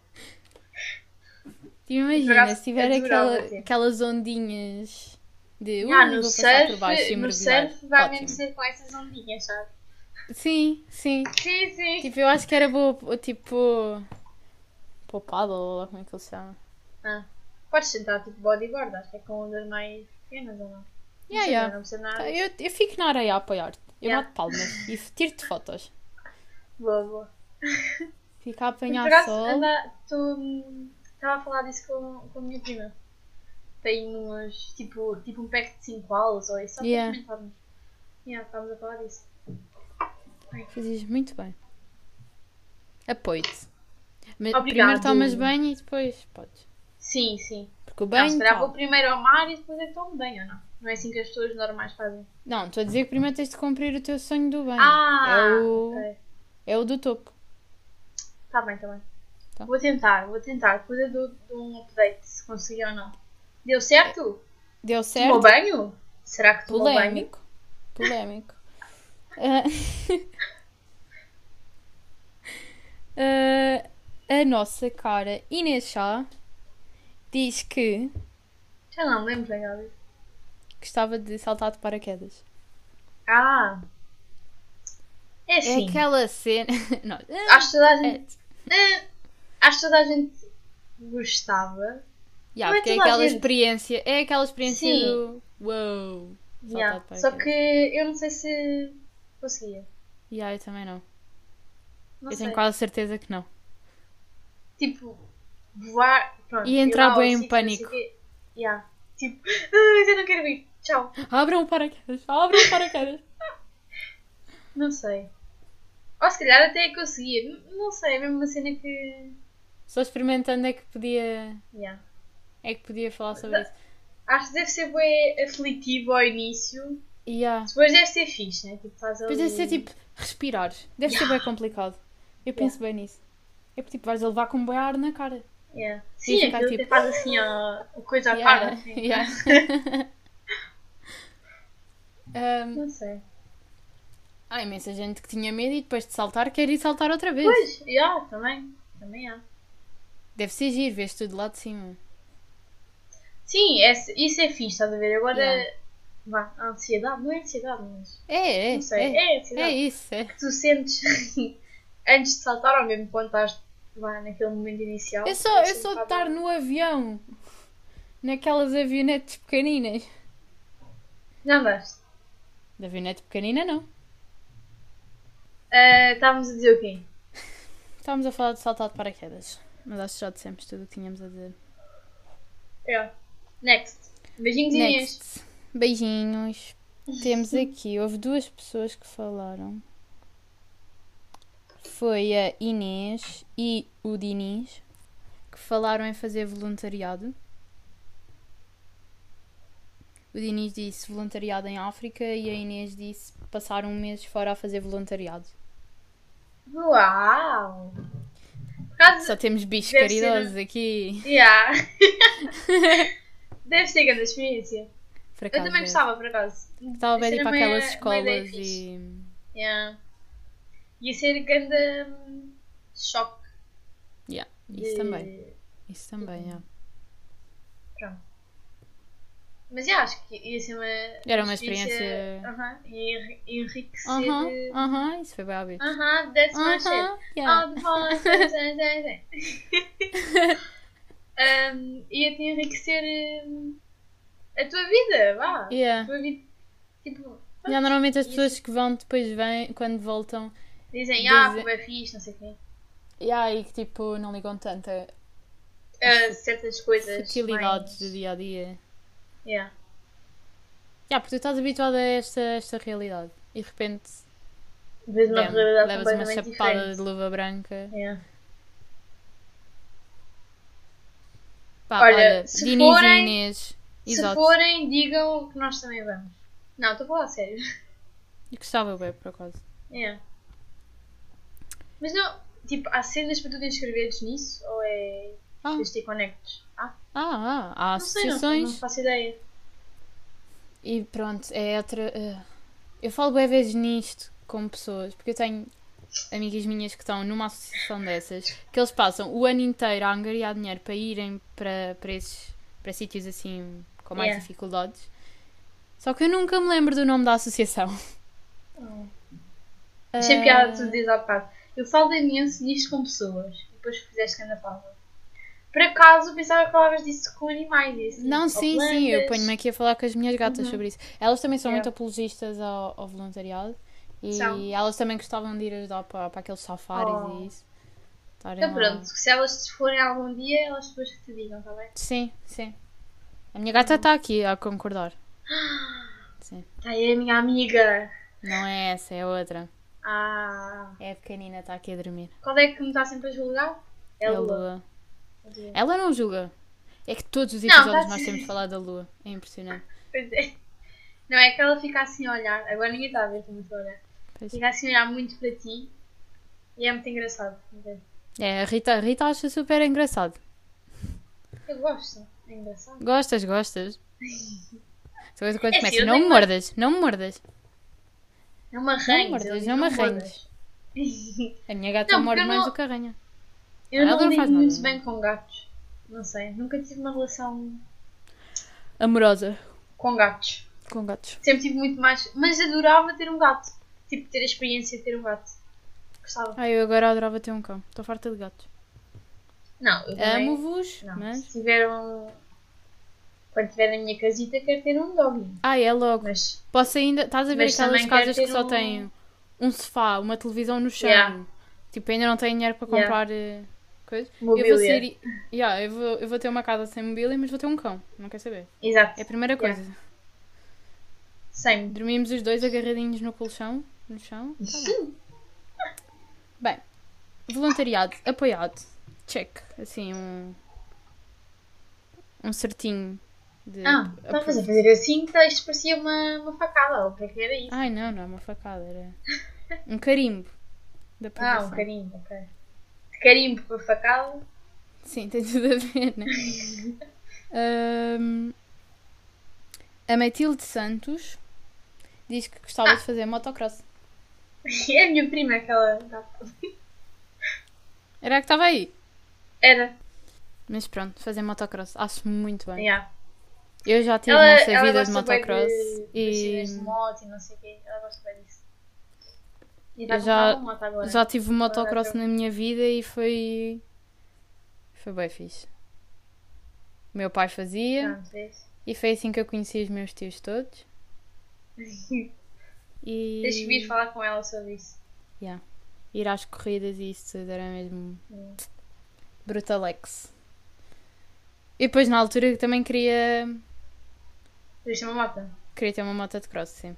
[SPEAKER 1] Tu tipo, imagina,
[SPEAKER 2] acaso,
[SPEAKER 1] se tiver
[SPEAKER 2] adorava
[SPEAKER 1] aquela-
[SPEAKER 2] ter.
[SPEAKER 1] aquelas ondinhas de uh,
[SPEAKER 2] Ah,
[SPEAKER 1] vou
[SPEAKER 2] no
[SPEAKER 1] passar por baixo
[SPEAKER 2] surf,
[SPEAKER 1] e
[SPEAKER 2] no
[SPEAKER 1] mergulhar.
[SPEAKER 2] surf vai
[SPEAKER 1] Ótimo.
[SPEAKER 2] mesmo ser com essas ondinhas, sabe?
[SPEAKER 1] Sim, sim.
[SPEAKER 2] Sim, sim.
[SPEAKER 1] Tipo, eu acho que era boa, tipo. Para o paddle, ou lá como é que ele se chama?
[SPEAKER 2] Ah, podes sentar tipo bodyboard, acho que é com ondas mais pequenas ou não?
[SPEAKER 1] Yeah,
[SPEAKER 2] não
[SPEAKER 1] yeah. Tá
[SPEAKER 2] Não precisa nada.
[SPEAKER 1] Eu, eu fico na areia a apoiar-te. Eu
[SPEAKER 2] Yeah.
[SPEAKER 1] bato palmas e tiro-te fotos.
[SPEAKER 2] Boa, boa.
[SPEAKER 1] Fico a
[SPEAKER 2] Por
[SPEAKER 1] apanhar
[SPEAKER 2] acaso,
[SPEAKER 1] sol.
[SPEAKER 2] anda, tu hum, estava a falar disso com, com a minha prima. Tem umas, tipo, tipo um pack de 5 aulas ou isso, só
[SPEAKER 1] Yeah.
[SPEAKER 2] para experimentarmos. Yeah, estávamos a falar disso.
[SPEAKER 1] Fazes muito bem. Apoio-te. Mas
[SPEAKER 2] Obrigado.
[SPEAKER 1] Primeiro tomas banho e depois podes.
[SPEAKER 2] Sim, sim.
[SPEAKER 1] Porque o
[SPEAKER 2] Ah,
[SPEAKER 1] banho. tá-
[SPEAKER 2] se calhar vou
[SPEAKER 1] Não,
[SPEAKER 2] primeiro ao mar e depois é que tomo bem ou não? Não é assim que as pessoas normais fazem.
[SPEAKER 1] não, estou a dizer que primeiro tens de cumprir o teu sonho do banho.
[SPEAKER 2] Ah!
[SPEAKER 1] é, o,
[SPEAKER 2] ok.
[SPEAKER 1] é o do topo.
[SPEAKER 2] Tá bem, tá bem.
[SPEAKER 1] Tá.
[SPEAKER 2] Vou tentar, vou tentar. Depois eu dou, dou um update se consegui ou não. Deu certo?
[SPEAKER 1] Deu
[SPEAKER 2] Tomou
[SPEAKER 1] certo?
[SPEAKER 2] banho? Será que tomou banho?
[SPEAKER 1] Polémico. Polémico. [LAUGHS] Ah, ah, a nossa cara Inês Chá diz que
[SPEAKER 2] Já não me lembro, Gabi.
[SPEAKER 1] gostava de saltar de paraquedas.
[SPEAKER 2] Ah! É
[SPEAKER 1] É
[SPEAKER 2] assim.
[SPEAKER 1] aquela cena. [LAUGHS] Não.
[SPEAKER 2] Acho que toda a gente.
[SPEAKER 1] É,
[SPEAKER 2] eh, Acho que toda a gente gostava.
[SPEAKER 1] Ya,
[SPEAKER 2] Não é
[SPEAKER 1] porque é
[SPEAKER 2] toda a
[SPEAKER 1] aquela
[SPEAKER 2] gente.
[SPEAKER 1] experiência. É aquela experiência
[SPEAKER 2] Sim.
[SPEAKER 1] do. Uou! Saltar
[SPEAKER 2] Yeah.
[SPEAKER 1] de paraquedas.
[SPEAKER 2] Só que eu não sei se conseguia.
[SPEAKER 1] Ya, eu também não.
[SPEAKER 2] Não
[SPEAKER 1] eu
[SPEAKER 2] sei.
[SPEAKER 1] tenho quase certeza que não.
[SPEAKER 2] Tipo, voar. Pronto,
[SPEAKER 1] E
[SPEAKER 2] ir
[SPEAKER 1] entrar
[SPEAKER 2] lá ao
[SPEAKER 1] bem em
[SPEAKER 2] sítio, não sei
[SPEAKER 1] pânico.
[SPEAKER 2] quê. Yeah. Tipo, [LAUGHS] ah, eu não quero ir. Tchau.
[SPEAKER 1] Abram o paraquedas! Abram o paraquedas!
[SPEAKER 2] Não sei. Ou se calhar até conseguia. N- Não sei, é mesmo uma cena que.
[SPEAKER 1] Só experimentando é que podia.
[SPEAKER 2] Yeah.
[SPEAKER 1] É que podia falar sobre isso.
[SPEAKER 2] Acho que deve ser bem aflitivo ao início.
[SPEAKER 1] Ya.
[SPEAKER 2] Depois deve ser fixe, né? Tipo, estás ali...
[SPEAKER 1] Depois deve ser tipo respirar. Deve ser bem complicado. Eu penso bem nisso. É porque tipo, vais a levar com boi ar na cara.
[SPEAKER 2] Yeah. Sim,
[SPEAKER 1] ficar,
[SPEAKER 2] aquilo
[SPEAKER 1] tipo-
[SPEAKER 2] até faz assim a, a
[SPEAKER 1] [LAUGHS]
[SPEAKER 2] coisa à
[SPEAKER 1] Ya,
[SPEAKER 2] cara. assim.
[SPEAKER 1] ya.
[SPEAKER 2] [LAUGHS]
[SPEAKER 1] Ahm,
[SPEAKER 2] Não sei.
[SPEAKER 1] Um, há imensa gente que tinha medo e depois de saltar quer ir saltar outra vez.
[SPEAKER 2] Pois, yeah, também. Também é. há.
[SPEAKER 1] Deve ser giro, vês tudo lá de cima.
[SPEAKER 2] Sim, é, isso é fixe, estás a ver? Agora.
[SPEAKER 1] Yeah.
[SPEAKER 2] Vá, a ansiedade. Não é ansiedade, mas.
[SPEAKER 1] É, é.
[SPEAKER 2] Não sei.
[SPEAKER 1] é.
[SPEAKER 2] É, ansiedade.
[SPEAKER 1] É isso, é.
[SPEAKER 2] que tu sentes [LAUGHS] antes de saltar, ou mesmo quando estás lá naquele momento inicial.
[SPEAKER 1] Eu só, eu
[SPEAKER 2] Assim,
[SPEAKER 1] só de
[SPEAKER 2] tá
[SPEAKER 1] estar
[SPEAKER 2] bom.
[SPEAKER 1] no avião, naquelas avionetes pequeninas.
[SPEAKER 2] Não andaste.
[SPEAKER 1] De avionete pequenina, não.
[SPEAKER 2] Ah, estávamos a dizer o quê?
[SPEAKER 1] Estávamos a falar de saltar de paraquedas. Mas acho que já dissemos tudo o que tínhamos a dizer.
[SPEAKER 2] É. Next. Beijinhos Inês.
[SPEAKER 1] Next. Beijinhos.
[SPEAKER 2] [LAUGHS]
[SPEAKER 1] Temos aqui, houve duas pessoas que falaram. Foi a Inês e o Diniz que falaram em fazer voluntariado. O Diniz disse voluntariado em África e a Inês disse passar um mês fora a fazer voluntariado.
[SPEAKER 2] Uau! Por causa.
[SPEAKER 1] Só temos bichos
[SPEAKER 2] Deve ser, né?
[SPEAKER 1] caridosos aqui. [LAUGHS]
[SPEAKER 2] Yeah. Deve ser grande experiência.
[SPEAKER 1] Por
[SPEAKER 2] Eu
[SPEAKER 1] acaso,
[SPEAKER 2] também
[SPEAKER 1] é.
[SPEAKER 2] gostava, por acaso.
[SPEAKER 1] Estava bem
[SPEAKER 2] Isso
[SPEAKER 1] ir
[SPEAKER 2] era
[SPEAKER 1] para
[SPEAKER 2] uma-
[SPEAKER 1] aquelas
[SPEAKER 2] uma ideia
[SPEAKER 1] escolas
[SPEAKER 2] fixe.
[SPEAKER 1] e.
[SPEAKER 2] Yeah. Ia ser grande hum, choque.
[SPEAKER 1] Yeah,
[SPEAKER 2] de-
[SPEAKER 1] isso também. Isso também, é.
[SPEAKER 2] Pronto. Mas já acho que ia ser uma.
[SPEAKER 1] Era uma experiência-
[SPEAKER 2] Aham. E enriquecer.
[SPEAKER 1] Aham,
[SPEAKER 2] eh,
[SPEAKER 1] aham, isso foi bem óbvio.
[SPEAKER 2] Aham, that's my shit.
[SPEAKER 1] Aham, yeah.
[SPEAKER 2] All the
[SPEAKER 1] [LAUGHS]
[SPEAKER 2] boys, yes, yes, yes, yes. um, ia te enriquecer hum, a tua vida, vá. A
[SPEAKER 1] Yeah.
[SPEAKER 2] tua vida. Tipo,
[SPEAKER 1] Yeah, normalmente as pessoas que vão depois vêm, quando voltam,
[SPEAKER 2] dizem, ah,
[SPEAKER 1] Dizem-
[SPEAKER 2] como é fixe, não sei o quê.
[SPEAKER 1] yeah, e que tipo não ligam tanto a
[SPEAKER 2] Ah, certas coisas.
[SPEAKER 1] futilidades do
[SPEAKER 2] mais-
[SPEAKER 1] dia a dia.
[SPEAKER 2] Yeah.
[SPEAKER 1] Yeah, porque tu estás habituada a esta, esta realidade e de repente
[SPEAKER 2] Vês uma
[SPEAKER 1] damn,
[SPEAKER 2] realidade
[SPEAKER 1] levas uma
[SPEAKER 2] completamente
[SPEAKER 1] chapada
[SPEAKER 2] diferente.
[SPEAKER 1] de luva branca.
[SPEAKER 2] Yeah.
[SPEAKER 1] Pá,
[SPEAKER 2] Olha,
[SPEAKER 1] olha,
[SPEAKER 2] se
[SPEAKER 1] Diniz
[SPEAKER 2] forem-
[SPEAKER 1] e Inês,
[SPEAKER 2] Se
[SPEAKER 1] exato.
[SPEAKER 2] forem, digam que nós também vamos. Não, estou a falar a sério.
[SPEAKER 1] Eu gostava bem, por acaso.
[SPEAKER 2] Yeah. Mas não, tipo, há cenas para tu te inscreveres nisso? Ou é.
[SPEAKER 1] Ah.
[SPEAKER 2] Tens de ter conectos? Ah,
[SPEAKER 1] Ah, ah, há
[SPEAKER 2] não sei, não,
[SPEAKER 1] associações.
[SPEAKER 2] não faço ideia.
[SPEAKER 1] E pronto, é outra. eh, eu falo bem vezes nisto com pessoas, porque eu tenho amigas minhas que estão numa associação dessas, que eles passam o ano inteiro a angariar dinheiro para irem para, para esses para sítios assim com mais
[SPEAKER 2] Yeah.
[SPEAKER 1] dificuldades. Só que eu nunca me lembro do nome da associação.
[SPEAKER 2] Achei
[SPEAKER 1] Eh,
[SPEAKER 2] piada tu dizes há bocado. Eu falo imenso nisto com pessoas. E depois fizeste grande pausa. Por acaso pensava que falavas disso com animais. e Assim,
[SPEAKER 1] Não,
[SPEAKER 2] ou
[SPEAKER 1] sim, sim, eu
[SPEAKER 2] plantas.
[SPEAKER 1] ponho-me aqui a falar com as minhas gatas sobre isso. Elas também são
[SPEAKER 2] Uhum. Yeah.
[SPEAKER 1] muito apologistas ao, ao voluntariado e
[SPEAKER 2] São.
[SPEAKER 1] elas também gostavam de ir ajudar para, para aqueles safaris
[SPEAKER 2] Oh.
[SPEAKER 1] e isso. Estarem
[SPEAKER 2] Então
[SPEAKER 1] lá.
[SPEAKER 2] pronto, se elas forem algum dia, elas depois que te digam, está bem?
[SPEAKER 1] Sim, sim. A minha
[SPEAKER 2] Uhum.
[SPEAKER 1] gata está aqui a
[SPEAKER 2] [GASPS]
[SPEAKER 1] concordar. Sim.
[SPEAKER 2] Está Tá aí a minha amiga.
[SPEAKER 1] Não é essa, é outra.
[SPEAKER 2] Ah.
[SPEAKER 1] É a pequenina, está aqui a dormir.
[SPEAKER 2] Qual é que me está sempre a julgar? É
[SPEAKER 1] É
[SPEAKER 2] a
[SPEAKER 1] a
[SPEAKER 2] Lua.
[SPEAKER 1] lua. Ela não julga. É que todos os
[SPEAKER 2] Não,
[SPEAKER 1] episódios
[SPEAKER 2] tá-
[SPEAKER 1] nós temos falado da lua. É impressionante.
[SPEAKER 2] Pois é. Não é que ela fica assim a olhar. Agora ninguém está a ver como estou a olhar.
[SPEAKER 1] Pois.
[SPEAKER 2] Fica assim a olhar muito para ti. E é muito engraçado. não é?
[SPEAKER 1] É, a Rita, a Rita acha super engraçado.
[SPEAKER 2] Eu gosto. É engraçado.
[SPEAKER 1] Gostas, gostas? Só quando
[SPEAKER 2] É, sim,
[SPEAKER 1] começa,
[SPEAKER 2] eu
[SPEAKER 1] não me
[SPEAKER 2] tenho-
[SPEAKER 1] mordas, não me mordas.
[SPEAKER 2] Não me arranhes.
[SPEAKER 1] mordas,
[SPEAKER 2] Elis,
[SPEAKER 1] não me
[SPEAKER 2] mordas.
[SPEAKER 1] arranhes. A minha gata
[SPEAKER 2] Não, porque
[SPEAKER 1] morde
[SPEAKER 2] eu
[SPEAKER 1] mais
[SPEAKER 2] não-
[SPEAKER 1] do que arranha.
[SPEAKER 2] [LAUGHS] Eu
[SPEAKER 1] Ela
[SPEAKER 2] não,
[SPEAKER 1] não é?
[SPEAKER 2] lido
[SPEAKER 1] faz
[SPEAKER 2] muito
[SPEAKER 1] nada.
[SPEAKER 2] bem com gatos. Não sei. Nunca tive uma relação
[SPEAKER 1] Amorosa.
[SPEAKER 2] com gatos.
[SPEAKER 1] Com gatos.
[SPEAKER 2] Sempre tive muito mais. Mas adorava ter um gato. Tipo, ter a experiência de ter um gato. Gostava.
[SPEAKER 1] Ai, eu agora adorava ter um cão. Estou farta de gatos.
[SPEAKER 2] Não, eu também-
[SPEAKER 1] Amo-vos,
[SPEAKER 2] Não,
[SPEAKER 1] mas.
[SPEAKER 2] se tiver um. Quando tiver na minha casita, quero ter um dog.
[SPEAKER 1] Ah, é logo.
[SPEAKER 2] Mas.
[SPEAKER 1] Posso ainda. Estás a ver
[SPEAKER 2] Mas
[SPEAKER 1] aquelas
[SPEAKER 2] também quero
[SPEAKER 1] casas que
[SPEAKER 2] ter
[SPEAKER 1] só
[SPEAKER 2] um-
[SPEAKER 1] têm um sofá, uma televisão no chão.
[SPEAKER 2] Yeah.
[SPEAKER 1] Tipo, ainda não têm dinheiro para
[SPEAKER 2] Yeah.
[SPEAKER 1] comprar eh, coisas. Eu vou
[SPEAKER 2] Mobília.
[SPEAKER 1] ser. Yeah, eu, vou, eu vou ter uma casa sem mobília, mas vou ter um cão. Não quer saber.
[SPEAKER 2] Exato.
[SPEAKER 1] É a primeira coisa.
[SPEAKER 2] Yeah. Sem.
[SPEAKER 1] Dormimos os dois agarradinhos no colchão. No chão. Tá bem. bem. Voluntariado. Apoiado. Check. Assim, um. Um certinho. De
[SPEAKER 2] Ah, estavas a
[SPEAKER 1] approve.
[SPEAKER 2] fazer assim, então isto parecia uma, uma facada. ou O que é que era isso?
[SPEAKER 1] Ai, não, não é uma facada, era um carimbo da
[SPEAKER 2] Ah,
[SPEAKER 1] aprovação.
[SPEAKER 2] um carimbo, ok. De carimbo para facada. [LAUGHS]
[SPEAKER 1] Sim, tem tudo a ver, né? Ahm, a Matilde Santos diz que gostava de fazer motocross.
[SPEAKER 2] É a minha prima, aquela.
[SPEAKER 1] Era a que estava aí.
[SPEAKER 2] Era.
[SPEAKER 1] Mas pronto, fazer motocross, acho muito bem.
[SPEAKER 2] Yeah.
[SPEAKER 1] Eu já tive
[SPEAKER 2] Ela,
[SPEAKER 1] não sei
[SPEAKER 2] ela
[SPEAKER 1] vida de
[SPEAKER 2] gosta bem
[SPEAKER 1] motocross
[SPEAKER 2] de, de
[SPEAKER 1] e
[SPEAKER 2] cenas de moto e não sei o quê. Ela gosta bem disso. E
[SPEAKER 1] Eu
[SPEAKER 2] está
[SPEAKER 1] já-
[SPEAKER 2] já, uma moto agora.
[SPEAKER 1] já tive motocross
[SPEAKER 2] Agora
[SPEAKER 1] na minha vida e foi. Foi bem fixe. O meu pai fazia
[SPEAKER 2] Pronto, é vês?
[SPEAKER 1] e foi assim que eu conheci os meus tios todos. E
[SPEAKER 2] [LAUGHS] Tens que vir falar com ela sobre isso.
[SPEAKER 1] Yeah. ir às corridas e isso tudo era mesmo brutalex. E depois na altura eu também queria,
[SPEAKER 2] Tens uma moto?
[SPEAKER 1] queria ter uma moto de cross, sim.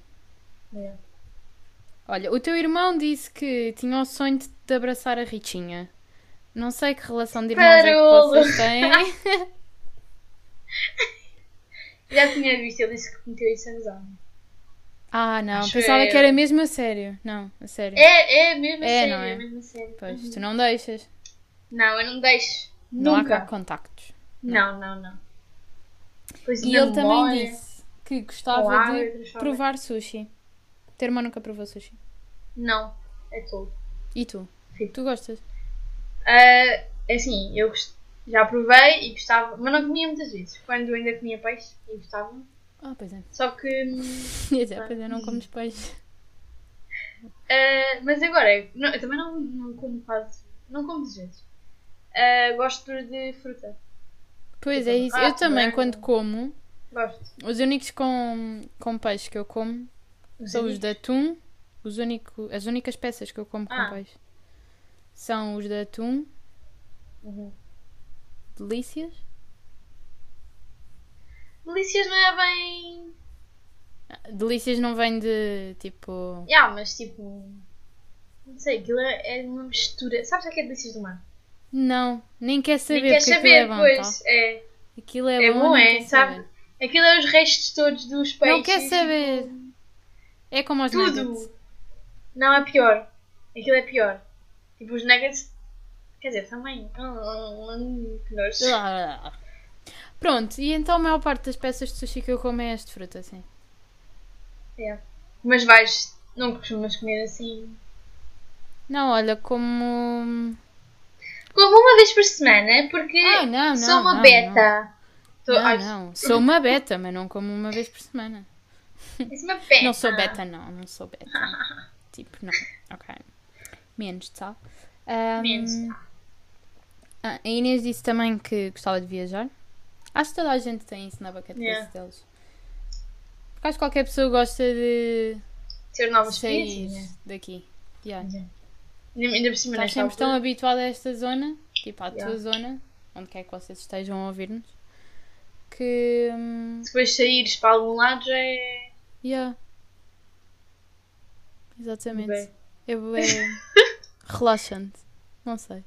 [SPEAKER 2] Yeah.
[SPEAKER 1] Olha, o teu irmão disse que tinha o sonho de, de abraçar a Ritinha. Não sei que relação de irmãos é que
[SPEAKER 2] Parolo.
[SPEAKER 1] vocês
[SPEAKER 2] [LAUGHS]
[SPEAKER 1] têm.
[SPEAKER 2] Já tinha visto, ele disse que cometeu isso a usar.
[SPEAKER 1] Ah, não,
[SPEAKER 2] Acho
[SPEAKER 1] pensava
[SPEAKER 2] eu.
[SPEAKER 1] que era mesmo a sério. Não, a sério.
[SPEAKER 2] É, é mesmo a
[SPEAKER 1] É,
[SPEAKER 2] sério,
[SPEAKER 1] não é?
[SPEAKER 2] é mesmo a sério.
[SPEAKER 1] Pois, tu não deixas.
[SPEAKER 2] Não, eu não deixo.
[SPEAKER 1] Não há cá
[SPEAKER 2] Nunca.
[SPEAKER 1] contactos.
[SPEAKER 2] Não, não, não. Pois
[SPEAKER 1] E
[SPEAKER 2] não
[SPEAKER 1] ele também
[SPEAKER 2] molha.
[SPEAKER 1] disse que
[SPEAKER 2] Ou
[SPEAKER 1] gostava
[SPEAKER 2] água,
[SPEAKER 1] de
[SPEAKER 2] transforma.
[SPEAKER 1] provar sushi. O teu irmão nunca provou sushi.
[SPEAKER 2] Não, é tolo.
[SPEAKER 1] E tu?
[SPEAKER 2] Sim.
[SPEAKER 1] Tu gostas?
[SPEAKER 2] Ah, é assim, eu gost- já provei e gostava, mas não comia muitas vezes. Quando eu ainda comia peixe e gostava.
[SPEAKER 1] Ah, pois é. [LAUGHS]
[SPEAKER 2] Só que. hum,
[SPEAKER 1] Quer dizer, pois eu não como peixe.
[SPEAKER 2] ah, mas agora, não, eu também não, não como quase. Não como muitas vezes. Ah, gosto de fruta.
[SPEAKER 1] Pois é isso. Eu
[SPEAKER 2] Ah,
[SPEAKER 1] também,
[SPEAKER 2] bem.
[SPEAKER 1] quando como,
[SPEAKER 2] Gosto.
[SPEAKER 1] os únicos com, com peixe que eu como são os de atum. Os único, as únicas peças que eu como
[SPEAKER 2] Ah.
[SPEAKER 1] com peixe são os de atum,
[SPEAKER 2] Uhum.
[SPEAKER 1] delícias.
[SPEAKER 2] Delícias não é bem.
[SPEAKER 1] Delícias não vem de tipo.
[SPEAKER 2] Yeah, mas tipo. Não sei, aquilo é é uma mistura. Sabes o que é delícias do mar?
[SPEAKER 1] Não, nem quer saber
[SPEAKER 2] Nem quer
[SPEAKER 1] porque
[SPEAKER 2] saber,
[SPEAKER 1] aquilo é bom.
[SPEAKER 2] pois. É,
[SPEAKER 1] Tá? Aquilo é,
[SPEAKER 2] é
[SPEAKER 1] bom,
[SPEAKER 2] bom,
[SPEAKER 1] não
[SPEAKER 2] é,
[SPEAKER 1] quer
[SPEAKER 2] sabe?
[SPEAKER 1] saber.
[SPEAKER 2] Aquilo é os restos todos dos peixes.
[SPEAKER 1] Não quer saber. É como os nuggets.
[SPEAKER 2] Tudo. Não, é pior. Aquilo é pior. Tipo, os nuggets. Quer dizer, também. Hum, que nojo.
[SPEAKER 1] Lá, lá, lá. Pronto, e então a maior parte das peças de sushi que eu como é as de fruta, sim.
[SPEAKER 2] É. Mas vais. Não costumas comer assim.
[SPEAKER 1] Não, olha, como.
[SPEAKER 2] Como uma vez por semana, porque
[SPEAKER 1] Ah, não, não,
[SPEAKER 2] É, sou uma
[SPEAKER 1] não,
[SPEAKER 2] beta. Tô-
[SPEAKER 1] Não,
[SPEAKER 2] ai,
[SPEAKER 1] não. Sou uma beta, mas não como uma vez por semana.
[SPEAKER 2] És é uma beta.
[SPEAKER 1] Não sou beta, não. Não sou
[SPEAKER 2] [LAUGHS]
[SPEAKER 1] beta. tipo, não. Ok. Menos de sal. Ahm,
[SPEAKER 2] Menos.
[SPEAKER 1] ah, a Inês disse também que gostava de viajar. Acho que toda a gente tem isso na bucket list
[SPEAKER 2] Yeah.
[SPEAKER 1] deles. Porque acho que qualquer pessoa gosta de
[SPEAKER 2] Ter novas
[SPEAKER 1] sair
[SPEAKER 2] experiências.
[SPEAKER 1] daqui. Yeah.
[SPEAKER 2] Ainda ainda por cima
[SPEAKER 1] Nós
[SPEAKER 2] nesta
[SPEAKER 1] sempre estão
[SPEAKER 2] altura.
[SPEAKER 1] habituados a esta zona, tipo à
[SPEAKER 2] Yeah.
[SPEAKER 1] tua zona, onde quer que vocês estejam a ouvir-nos, que. hum,
[SPEAKER 2] Depois saíres para algum lado já é.
[SPEAKER 1] Yeah. Exatamente.
[SPEAKER 2] Bem.
[SPEAKER 1] É
[SPEAKER 2] [LAUGHS]
[SPEAKER 1] bué relaxante. Não sei.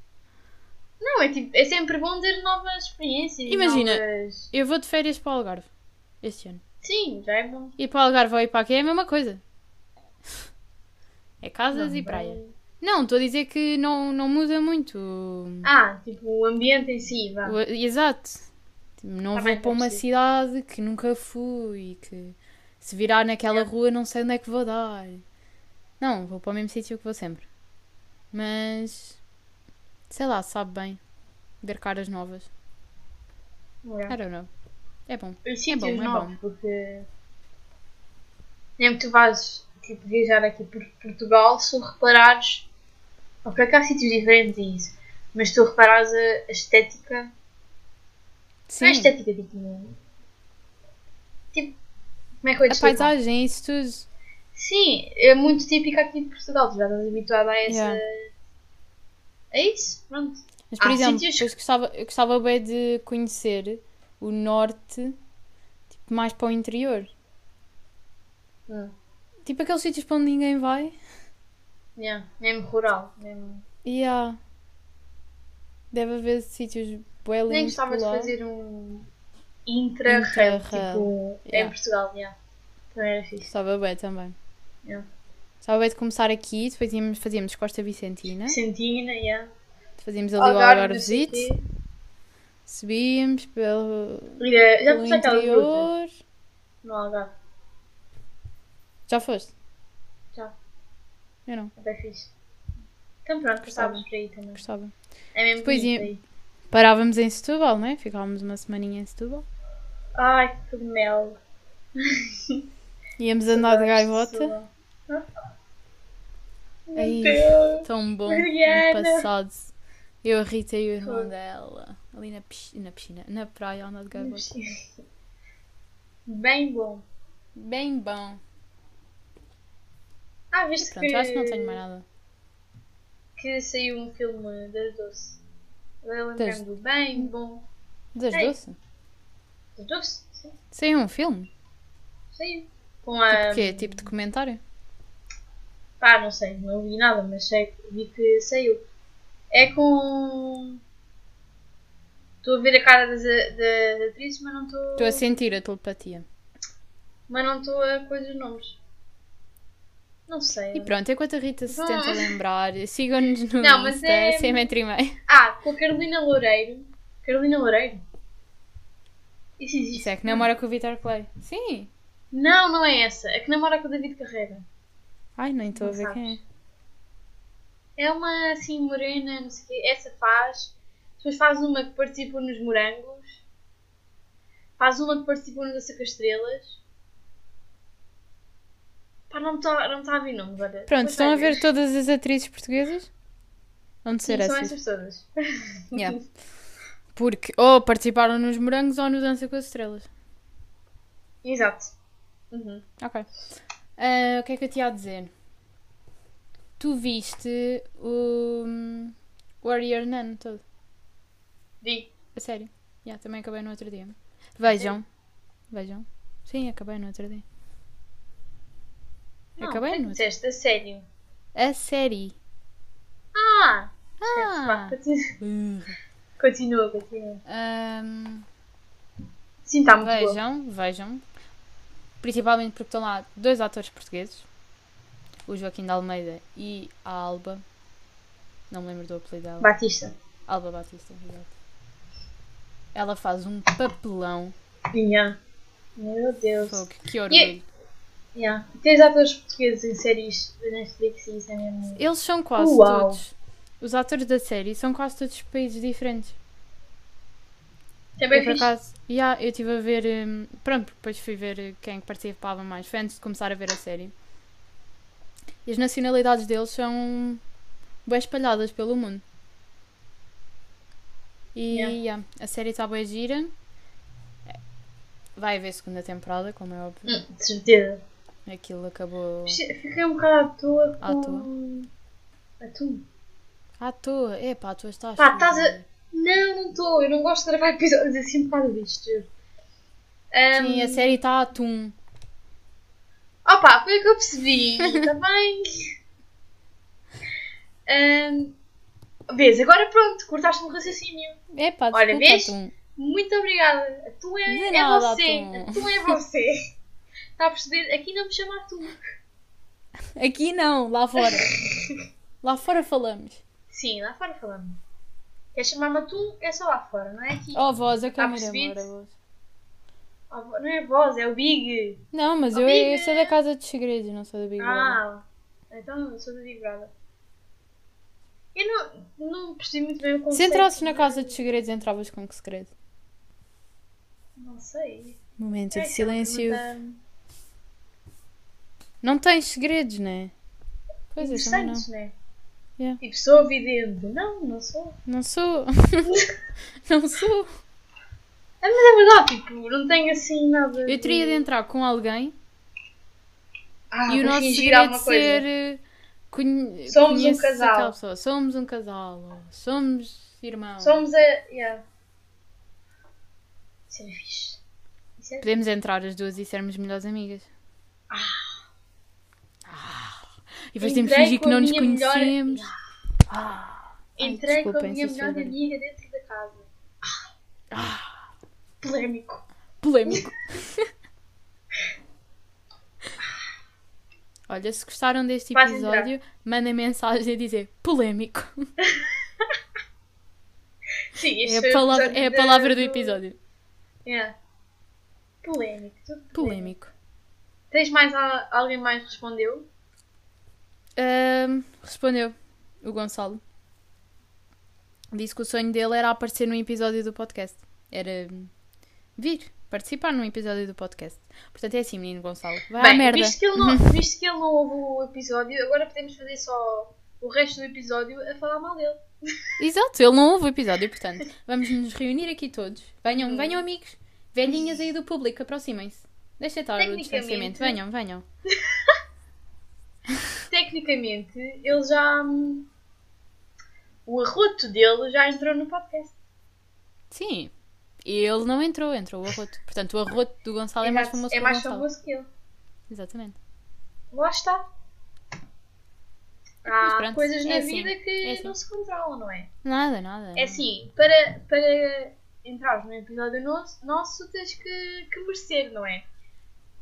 [SPEAKER 2] Não, é tipo. É sempre bom ter novas experiências.
[SPEAKER 1] Imagina.
[SPEAKER 2] novas-
[SPEAKER 1] Eu vou de férias para o Algarve este ano.
[SPEAKER 2] Sim, já é bom.
[SPEAKER 1] E para o Algarve ou ir para aqui é a mesma coisa. [LAUGHS] É casas
[SPEAKER 2] Não,
[SPEAKER 1] e
[SPEAKER 2] vai-
[SPEAKER 1] praia. Não, estou a dizer que não, não muda muito.
[SPEAKER 2] Ah, tipo, o ambiente em si, vá.
[SPEAKER 1] O- Exato. Tipo, Não
[SPEAKER 2] Tá
[SPEAKER 1] vou
[SPEAKER 2] bem,
[SPEAKER 1] para uma
[SPEAKER 2] percebi.
[SPEAKER 1] cidade que nunca fui e que se virar naquela rua não sei onde é que vou dar. Não, vou para o mesmo sítio que vou sempre. Mas sei lá, sabe bem. Ver caras novas. I
[SPEAKER 2] É.
[SPEAKER 1] don't know. É bom.
[SPEAKER 2] Os sítios
[SPEAKER 1] bom, é
[SPEAKER 2] novos, porque. Nem que tu vás tipo, viajar aqui por Portugal, se tu reparares. Ok, que há sítios diferentes e isso. Mas se tu reparares a a estética. Não é
[SPEAKER 1] Sim,
[SPEAKER 2] estética, tipo. não- Tipo. Como é que eu ia te
[SPEAKER 1] a
[SPEAKER 2] explicar?
[SPEAKER 1] paisagem, isso tudo.
[SPEAKER 2] Sim, é muito típica aqui de Portugal. Tu já estás habituada a essa.
[SPEAKER 1] Yeah.
[SPEAKER 2] É isso, pronto.
[SPEAKER 1] Mas, por
[SPEAKER 2] Há
[SPEAKER 1] exemplo,
[SPEAKER 2] sítios-
[SPEAKER 1] depois gostava, eu gostava bem de conhecer o norte, tipo, mais para o interior.
[SPEAKER 2] Hum.
[SPEAKER 1] Tipo aqueles sítios para onde ninguém vai.
[SPEAKER 2] Yeah. Mesmo rural. Mesmo...
[SPEAKER 1] E há. Deve haver sítios bué
[SPEAKER 2] Nem
[SPEAKER 1] lindos
[SPEAKER 2] gostava
[SPEAKER 1] por
[SPEAKER 2] de
[SPEAKER 1] lá.
[SPEAKER 2] fazer um intra-rail,
[SPEAKER 1] Intra-rail,
[SPEAKER 2] tipo, em
[SPEAKER 1] yeah.
[SPEAKER 2] Portugal, yeah. Também era fixe.
[SPEAKER 1] Gostava bem também.
[SPEAKER 2] Yeah.
[SPEAKER 1] Gostava bem de começar aqui, depois íamos, fazíamos Costa Vicentina,
[SPEAKER 2] Sentina, yeah.
[SPEAKER 1] fazíamos ali o Algarve
[SPEAKER 2] não sei
[SPEAKER 1] Visite,
[SPEAKER 2] quê.
[SPEAKER 1] subíamos pelo,
[SPEAKER 2] Olha, Já
[SPEAKER 1] pelo
[SPEAKER 2] fiz aquela gruta
[SPEAKER 1] interior.
[SPEAKER 2] no Algarve,
[SPEAKER 1] Já foste?
[SPEAKER 2] Já.
[SPEAKER 1] Eu não,
[SPEAKER 2] até fixe. Então pronto,
[SPEAKER 1] Gostava.
[SPEAKER 2] estávamos por aí também.
[SPEAKER 1] gostava.
[SPEAKER 2] É mesmo
[SPEAKER 1] Depois
[SPEAKER 2] bonito
[SPEAKER 1] ia-
[SPEAKER 2] aí.
[SPEAKER 1] Parávamos em Setúbal, não é? Ficávamos uma semaninha em Setúbal.
[SPEAKER 2] Ai, que mel.
[SPEAKER 1] Íamos andar de gaivota.
[SPEAKER 2] Pessoa.
[SPEAKER 1] Aí,
[SPEAKER 2] Deus.
[SPEAKER 1] tão bom.
[SPEAKER 2] Mariana.
[SPEAKER 1] Ano passado, eu, a Rita e o irmão
[SPEAKER 2] Foi.
[SPEAKER 1] dela, ali na piscina, na, piscina, na praia, a andar de gaivota.
[SPEAKER 2] Bem bom.
[SPEAKER 1] Bem bom.
[SPEAKER 2] Ah, viste
[SPEAKER 1] Pronto,
[SPEAKER 2] que,
[SPEAKER 1] eu acho que não tenho mais nada.
[SPEAKER 2] que saiu um filme das doce. Eu
[SPEAKER 1] Das-
[SPEAKER 2] lembro-me do bem bom.
[SPEAKER 1] Das
[SPEAKER 2] Ei.
[SPEAKER 1] doce?
[SPEAKER 2] Das doce? Sim.
[SPEAKER 1] Saiu um filme?
[SPEAKER 2] Saiu. Com a.
[SPEAKER 1] Tipo quê? Tipo documentário?
[SPEAKER 2] Pá, não sei, não vi nada, mas sei, vi que saiu. É com. Estou a ver a cara das, das atrizes, mas não estou.
[SPEAKER 1] Estou a sentir a telepatia.
[SPEAKER 2] Mas não estou a coisa os nomes. Não sei.
[SPEAKER 1] E pronto, enquanto a Rita se tenta
[SPEAKER 2] Não.
[SPEAKER 1] lembrar, sigam-nos no
[SPEAKER 2] Não, mas
[SPEAKER 1] Insta,
[SPEAKER 2] é-
[SPEAKER 1] sem metro e meio.
[SPEAKER 2] Ah, com a Carolina Loureiro. Carolina Loureiro? Isso existe.
[SPEAKER 1] Isso é que namora com o Vitor Clay. Sim!
[SPEAKER 2] Não, não é essa. A que namora com o David Carreira.
[SPEAKER 1] Ai, nem estou a
[SPEAKER 2] Não
[SPEAKER 1] ver
[SPEAKER 2] sabes.
[SPEAKER 1] quem é.
[SPEAKER 2] É uma assim morena, não sei o quê. Essa faz. Depois faz uma que participou nos Morangos. Faz uma que participou nos Açúcar Estrelas. Pá, não está não me tá a vir nome agora.
[SPEAKER 1] Pronto,
[SPEAKER 2] Mas
[SPEAKER 1] estão a
[SPEAKER 2] olha,
[SPEAKER 1] ver todas as atrizes portuguesas? Onde
[SPEAKER 2] sim,
[SPEAKER 1] ser
[SPEAKER 2] São
[SPEAKER 1] essas?
[SPEAKER 2] essas todas.
[SPEAKER 1] Yeah. Porque ou participaram nos Morangos ou no Dança com as Estrelas.
[SPEAKER 2] Exato. Uhum.
[SPEAKER 1] Ok. Ah, o que é que eu te ia dizer? Tu viste o hum, Warrior Nun todo.
[SPEAKER 2] Vi.
[SPEAKER 1] A sério. Yeah, também acabei no outro dia. Vejam. Vejam. Sim, acabei no outro dia.
[SPEAKER 2] Não,
[SPEAKER 1] acabei é?
[SPEAKER 2] tu
[SPEAKER 1] no outro
[SPEAKER 2] disseste, a sério.
[SPEAKER 1] A série.
[SPEAKER 2] Ah!
[SPEAKER 1] Ah!
[SPEAKER 2] Continua,
[SPEAKER 1] Burra.
[SPEAKER 2] continua. continua.
[SPEAKER 1] Ahm,
[SPEAKER 2] Sim, está muito boa.
[SPEAKER 1] vejam, vejam. Principalmente porque estão lá dois atores portugueses. O Joaquim de Almeida e a Alba. Não me lembro do apelido dela.
[SPEAKER 2] Batista.
[SPEAKER 1] Alba Batista, exato. Ela faz um papelão.
[SPEAKER 2] Yeah. Meu Deus.
[SPEAKER 1] Fogo, que orgulho.
[SPEAKER 2] Yeah. Tens atores portugueses em séries da Netflix e isso é mesmo.
[SPEAKER 1] Eles são quase
[SPEAKER 2] Uau.
[SPEAKER 1] todos. Os atores da série são quase todos de países diferentes.
[SPEAKER 2] Também
[SPEAKER 1] eu, por
[SPEAKER 2] fiz.
[SPEAKER 1] acaso, yeah, eu estive a ver. hum, pronto, porque depois fui ver eh, quem participava mais. Foi antes de começar a ver a série. E as nacionalidades deles são. bem espalhadas pelo mundo. E
[SPEAKER 2] Yeah.
[SPEAKER 1] yeah, a série está bem gira. Vai haver segunda temporada, como é óbvio.
[SPEAKER 2] Hum, de certeza.
[SPEAKER 1] Aquilo acabou
[SPEAKER 2] Fiquei fiquei um bocado à toa com.
[SPEAKER 1] À
[SPEAKER 2] À toa.
[SPEAKER 1] à toa. É pá, tu estás.
[SPEAKER 2] Pá, estás a- Não, não estou. Eu não gosto de gravar episódios assim um bocado disto, juro. Ahm,
[SPEAKER 1] Sim, a série está a atum.
[SPEAKER 2] Opa, foi o que eu percebi,
[SPEAKER 1] [LAUGHS]
[SPEAKER 2] está bem? Ahm, vês, agora pronto, cortaste-me o raciocínio.
[SPEAKER 1] É pá, desculpa,
[SPEAKER 2] Olha, vês?
[SPEAKER 1] atum.
[SPEAKER 2] Muito obrigada. A tu é,
[SPEAKER 1] De
[SPEAKER 2] é
[SPEAKER 1] nada,
[SPEAKER 2] você.
[SPEAKER 1] Atum.
[SPEAKER 2] A tu é você.
[SPEAKER 1] [LAUGHS]
[SPEAKER 2] Está a perceber? Aqui não me chama a tu.
[SPEAKER 1] Aqui não, lá
[SPEAKER 2] [LAUGHS]
[SPEAKER 1] fora. lá fora falamos.
[SPEAKER 2] Sim, lá fora falamos. Quer chamar-me a tu? É só lá fora, não é aqui.
[SPEAKER 1] Oh, voz, eu
[SPEAKER 2] Tá
[SPEAKER 1] quero ir
[SPEAKER 2] percebido?
[SPEAKER 1] embora. voz.
[SPEAKER 2] Oh, Não é voz, é o Big.
[SPEAKER 1] Não, mas eu,
[SPEAKER 2] Amiga!
[SPEAKER 1] eu sou da Casa dos Segredos, não sou da Big Brother.
[SPEAKER 2] né? Ah, então eu sou da Big Brother. Eu não, não percebi muito bem o
[SPEAKER 1] Se
[SPEAKER 2] conceito.
[SPEAKER 1] entrasses na Casa dos Segredos, entravas com que segredo?
[SPEAKER 2] Não sei.
[SPEAKER 1] Momento de
[SPEAKER 2] É aquela
[SPEAKER 1] silêncio.
[SPEAKER 2] pergunta
[SPEAKER 1] Não tens segredos, né? Pois é, também não.
[SPEAKER 2] Interessantes, né?
[SPEAKER 1] Yeah.
[SPEAKER 2] Tipo, sou vidente. Não, não sou.
[SPEAKER 1] Não sou. [LAUGHS] não sou.
[SPEAKER 2] Ah, mas é verdade, tipo, não tenho assim nada.
[SPEAKER 1] Eu teria de entrar com alguém
[SPEAKER 2] Ah,
[SPEAKER 1] e o
[SPEAKER 2] vou
[SPEAKER 1] nosso
[SPEAKER 2] fingir
[SPEAKER 1] segredo
[SPEAKER 2] alguma
[SPEAKER 1] de
[SPEAKER 2] coisa.
[SPEAKER 1] ser. eh, conhe-
[SPEAKER 2] Somos um
[SPEAKER 1] conheces
[SPEAKER 2] casal.
[SPEAKER 1] aquela pessoa. Somos um casal. ou Somos irmãos.
[SPEAKER 2] Somos a. Yeah. Isso era fixe. Isso é era...
[SPEAKER 1] Podemos entrar as duas e sermos melhores amigas. Ah. E depois temos de
[SPEAKER 2] Entrei
[SPEAKER 1] fingir que
[SPEAKER 2] com a
[SPEAKER 1] não nos
[SPEAKER 2] minha melhor- Ah,
[SPEAKER 1] conhecemos. Ai,
[SPEAKER 2] Entrei com a
[SPEAKER 1] desculpem,
[SPEAKER 2] minha
[SPEAKER 1] se
[SPEAKER 2] melhor
[SPEAKER 1] eu souber.
[SPEAKER 2] amiga dentro da casa.
[SPEAKER 1] Ah.
[SPEAKER 2] Polémico.
[SPEAKER 1] Polémico. Olha, se gostaram deste
[SPEAKER 2] Vais entrar.
[SPEAKER 1] episódio, mandem mensagem a dizer polémico.
[SPEAKER 2] Sim,
[SPEAKER 1] É
[SPEAKER 2] este foi
[SPEAKER 1] a
[SPEAKER 2] o
[SPEAKER 1] palavra,
[SPEAKER 2] episódio
[SPEAKER 1] é a
[SPEAKER 2] da-
[SPEAKER 1] palavra do episódio.
[SPEAKER 2] Yeah. Polémico. tudo polémico.
[SPEAKER 1] Polémico.
[SPEAKER 2] Tens mais. al- Alguém mais respondeu?
[SPEAKER 1] Ahm, respondeu o Gonçalo. Disse que o sonho dele era aparecer num episódio do podcast. Era hum, vir, participar num episódio do podcast. Portanto, é assim, menino Gonçalo. Vai à
[SPEAKER 2] Bem,
[SPEAKER 1] merda. Uhum.
[SPEAKER 2] Visto que, ele não, visto que ele não ouve o episódio, agora podemos fazer só o resto do episódio a falar mal dele.
[SPEAKER 1] Exato, ele não ouve o episódio, portanto. Vamos nos reunir aqui todos.
[SPEAKER 2] Hum.
[SPEAKER 1] Venham, venham, amigos. Velhinhas aí do público, aproximem-se. Deixa estar o
[SPEAKER 2] Tecnicamente.
[SPEAKER 1] distanciamento. Venham, venham.
[SPEAKER 2] Tecnicamente, ele já. hum, O arroto dele já entrou no podcast.
[SPEAKER 1] Sim. Ele não entrou, entrou o arroto. Portanto, o arroto do Gonçalo é mais
[SPEAKER 2] Exato,
[SPEAKER 1] famoso
[SPEAKER 2] é
[SPEAKER 1] que o
[SPEAKER 2] mais
[SPEAKER 1] Gonçalo.
[SPEAKER 2] famoso que ele.
[SPEAKER 1] Exatamente.
[SPEAKER 2] Lá está.
[SPEAKER 1] Mas
[SPEAKER 2] Há
[SPEAKER 1] pronto,
[SPEAKER 2] coisas na
[SPEAKER 1] é assim,
[SPEAKER 2] vida que
[SPEAKER 1] é assim.
[SPEAKER 2] não se controlam, não é?
[SPEAKER 1] Nada, nada.
[SPEAKER 2] É assim, para, para entrares num episódio nosso, nosso tens que, que merecer, não é?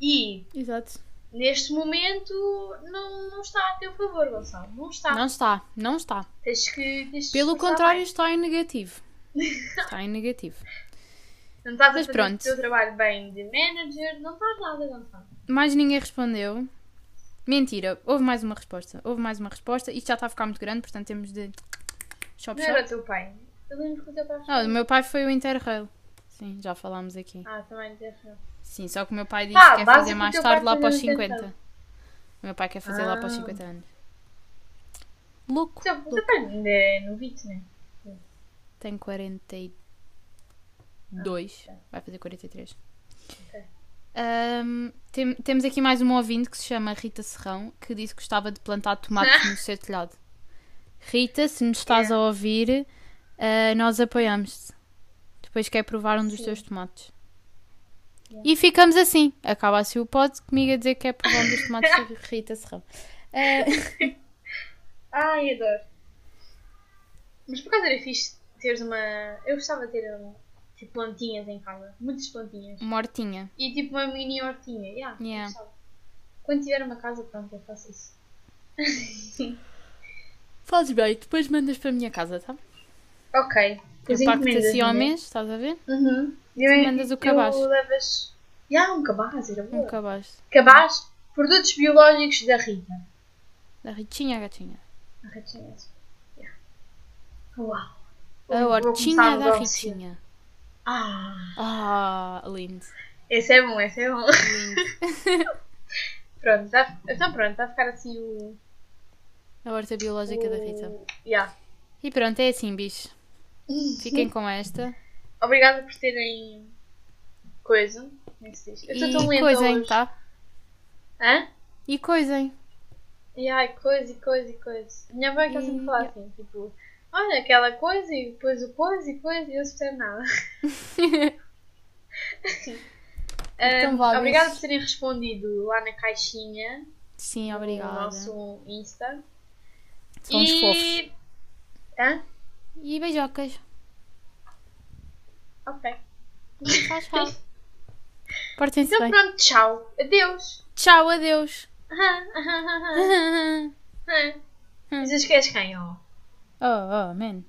[SPEAKER 2] E
[SPEAKER 1] Exato.
[SPEAKER 2] neste momento não, não está a teu favor, Gonçalo. Não está.
[SPEAKER 1] Não está, não está.
[SPEAKER 2] Tens que. Tens de
[SPEAKER 1] Pelo
[SPEAKER 2] esforçar
[SPEAKER 1] contrário,
[SPEAKER 2] mais.
[SPEAKER 1] está em
[SPEAKER 2] [LAUGHS]
[SPEAKER 1] negativo. Está em negativo.
[SPEAKER 2] Não estás
[SPEAKER 1] Mas
[SPEAKER 2] a fazer
[SPEAKER 1] pronto.
[SPEAKER 2] o teu trabalho bem de manager, não estás nada, Gonçalo.
[SPEAKER 1] Mais ninguém respondeu. Mentira, houve mais uma resposta. Houve mais uma resposta. Isto já está a ficar muito grande, portanto temos de. Shop,
[SPEAKER 2] Não era
[SPEAKER 1] shop.
[SPEAKER 2] o teu pai. Eu lembro que o teu pai
[SPEAKER 1] Ah, o meu pai foi o Interrail. Sim, já falámos aqui.
[SPEAKER 2] Ah, também deve ser.
[SPEAKER 1] Sim, só que o meu pai disse
[SPEAKER 2] Ah,
[SPEAKER 1] que quer
[SPEAKER 2] básico
[SPEAKER 1] fazer
[SPEAKER 2] que
[SPEAKER 1] mais
[SPEAKER 2] o teu pai
[SPEAKER 1] tarde lá
[SPEAKER 2] fez
[SPEAKER 1] para os
[SPEAKER 2] no
[SPEAKER 1] 50.
[SPEAKER 2] Interrail.
[SPEAKER 1] O meu pai quer fazer lá para os
[SPEAKER 2] Ah. Então,
[SPEAKER 1] 50 anos. Louco.
[SPEAKER 2] O teu, o teu pai ainda é novito, né?
[SPEAKER 1] Tem 42. Vai fazer 43.
[SPEAKER 2] Ok.
[SPEAKER 1] Ahm, tem- temos aqui mais um ouvinte que se chama Rita Serrão, que disse que gostava de plantar [LAUGHS] tomates no seu telhado. Rita, se nos estás a ouvir, ah, nós apoiamos-te. Depois quer provar um dos
[SPEAKER 2] Sim.
[SPEAKER 1] teus tomates. E ficamos assim. Acaba assim o pod comigo a dizer que é provar um dos tomates [LAUGHS] de Rita Serrão. Ah,
[SPEAKER 2] Ai, adoro. Ah, Mas por acaso era fixe teres uma. Eu gostava de ter um, tipo, plantinhas em casa. Muitas plantinhas.
[SPEAKER 1] mortinha.
[SPEAKER 2] E tipo uma mini hortinha. Yeah, eu
[SPEAKER 1] Yeah.
[SPEAKER 2] gostava. Quando tiver uma casa, pronto, eu faço isso. [LAUGHS]
[SPEAKER 1] Fazes bem, depois mandas para a minha casa, tá?
[SPEAKER 2] Ok.
[SPEAKER 1] Eu
[SPEAKER 2] As
[SPEAKER 1] pacto
[SPEAKER 2] encomendas,
[SPEAKER 1] assim ao
[SPEAKER 2] né?
[SPEAKER 1] mês, estás a ver?
[SPEAKER 2] Uhum. Eu,
[SPEAKER 1] mandas o cabaz.
[SPEAKER 2] Tu levas. Já, um cabaz, era
[SPEAKER 1] Um
[SPEAKER 2] boa.
[SPEAKER 1] cabaz.
[SPEAKER 2] Cabaz? Produtos biológicos da Rita.
[SPEAKER 1] Da Ritinha à Gatinha.
[SPEAKER 2] A Ritinha. Yeah. Uau.
[SPEAKER 1] A
[SPEAKER 2] Vou
[SPEAKER 1] Hortinha
[SPEAKER 2] começar um
[SPEAKER 1] da
[SPEAKER 2] a negociar.
[SPEAKER 1] Ritinha.
[SPEAKER 2] Ah,
[SPEAKER 1] Ah, lindo.
[SPEAKER 2] esse é bom, esse é
[SPEAKER 1] [LAUGHS]
[SPEAKER 2] bom.
[SPEAKER 1] lindo.
[SPEAKER 2] Pronto, tá, então pronto, vai ficar assim o.
[SPEAKER 1] A horta biológica da Rita.
[SPEAKER 2] o- Yeah.
[SPEAKER 1] E pronto, é assim, bicho. Fiquem com esta.
[SPEAKER 2] Obrigada por terem. coisa. Como é que se diz? Eu estou tão
[SPEAKER 1] E
[SPEAKER 2] lenta
[SPEAKER 1] coisem,
[SPEAKER 2] hoje.
[SPEAKER 1] tá?
[SPEAKER 2] Hã?
[SPEAKER 1] E coisem. [LAUGHS]
[SPEAKER 2] E ai, coisa e coisa e coisa. Minha mãe está sempre a falar
[SPEAKER 1] E-
[SPEAKER 2] assim, tipo, olha aquela coisa e depois o coisa e coisa e eu não
[SPEAKER 1] [LAUGHS]
[SPEAKER 2] percebo nada.
[SPEAKER 1] Então
[SPEAKER 2] Ahm,
[SPEAKER 1] vá,
[SPEAKER 2] Hum, obrigada
[SPEAKER 1] beijos.
[SPEAKER 2] por terem respondido lá na caixinha
[SPEAKER 1] Sim,
[SPEAKER 2] no
[SPEAKER 1] obrigada.
[SPEAKER 2] nosso Insta.
[SPEAKER 1] São uns fofos.
[SPEAKER 2] e... Hã?
[SPEAKER 1] E beijocas.
[SPEAKER 2] Ok.
[SPEAKER 1] Tchau,
[SPEAKER 2] [LAUGHS]
[SPEAKER 1] tchau. Portem-se bem.
[SPEAKER 2] Então pronto, tchau. Adeus.
[SPEAKER 1] Tchau,
[SPEAKER 2] [LAUGHS]
[SPEAKER 1] adeus.
[SPEAKER 2] Aham, aham, aham, aham. Mas esqueces quem, ó?
[SPEAKER 1] oh, oh, man.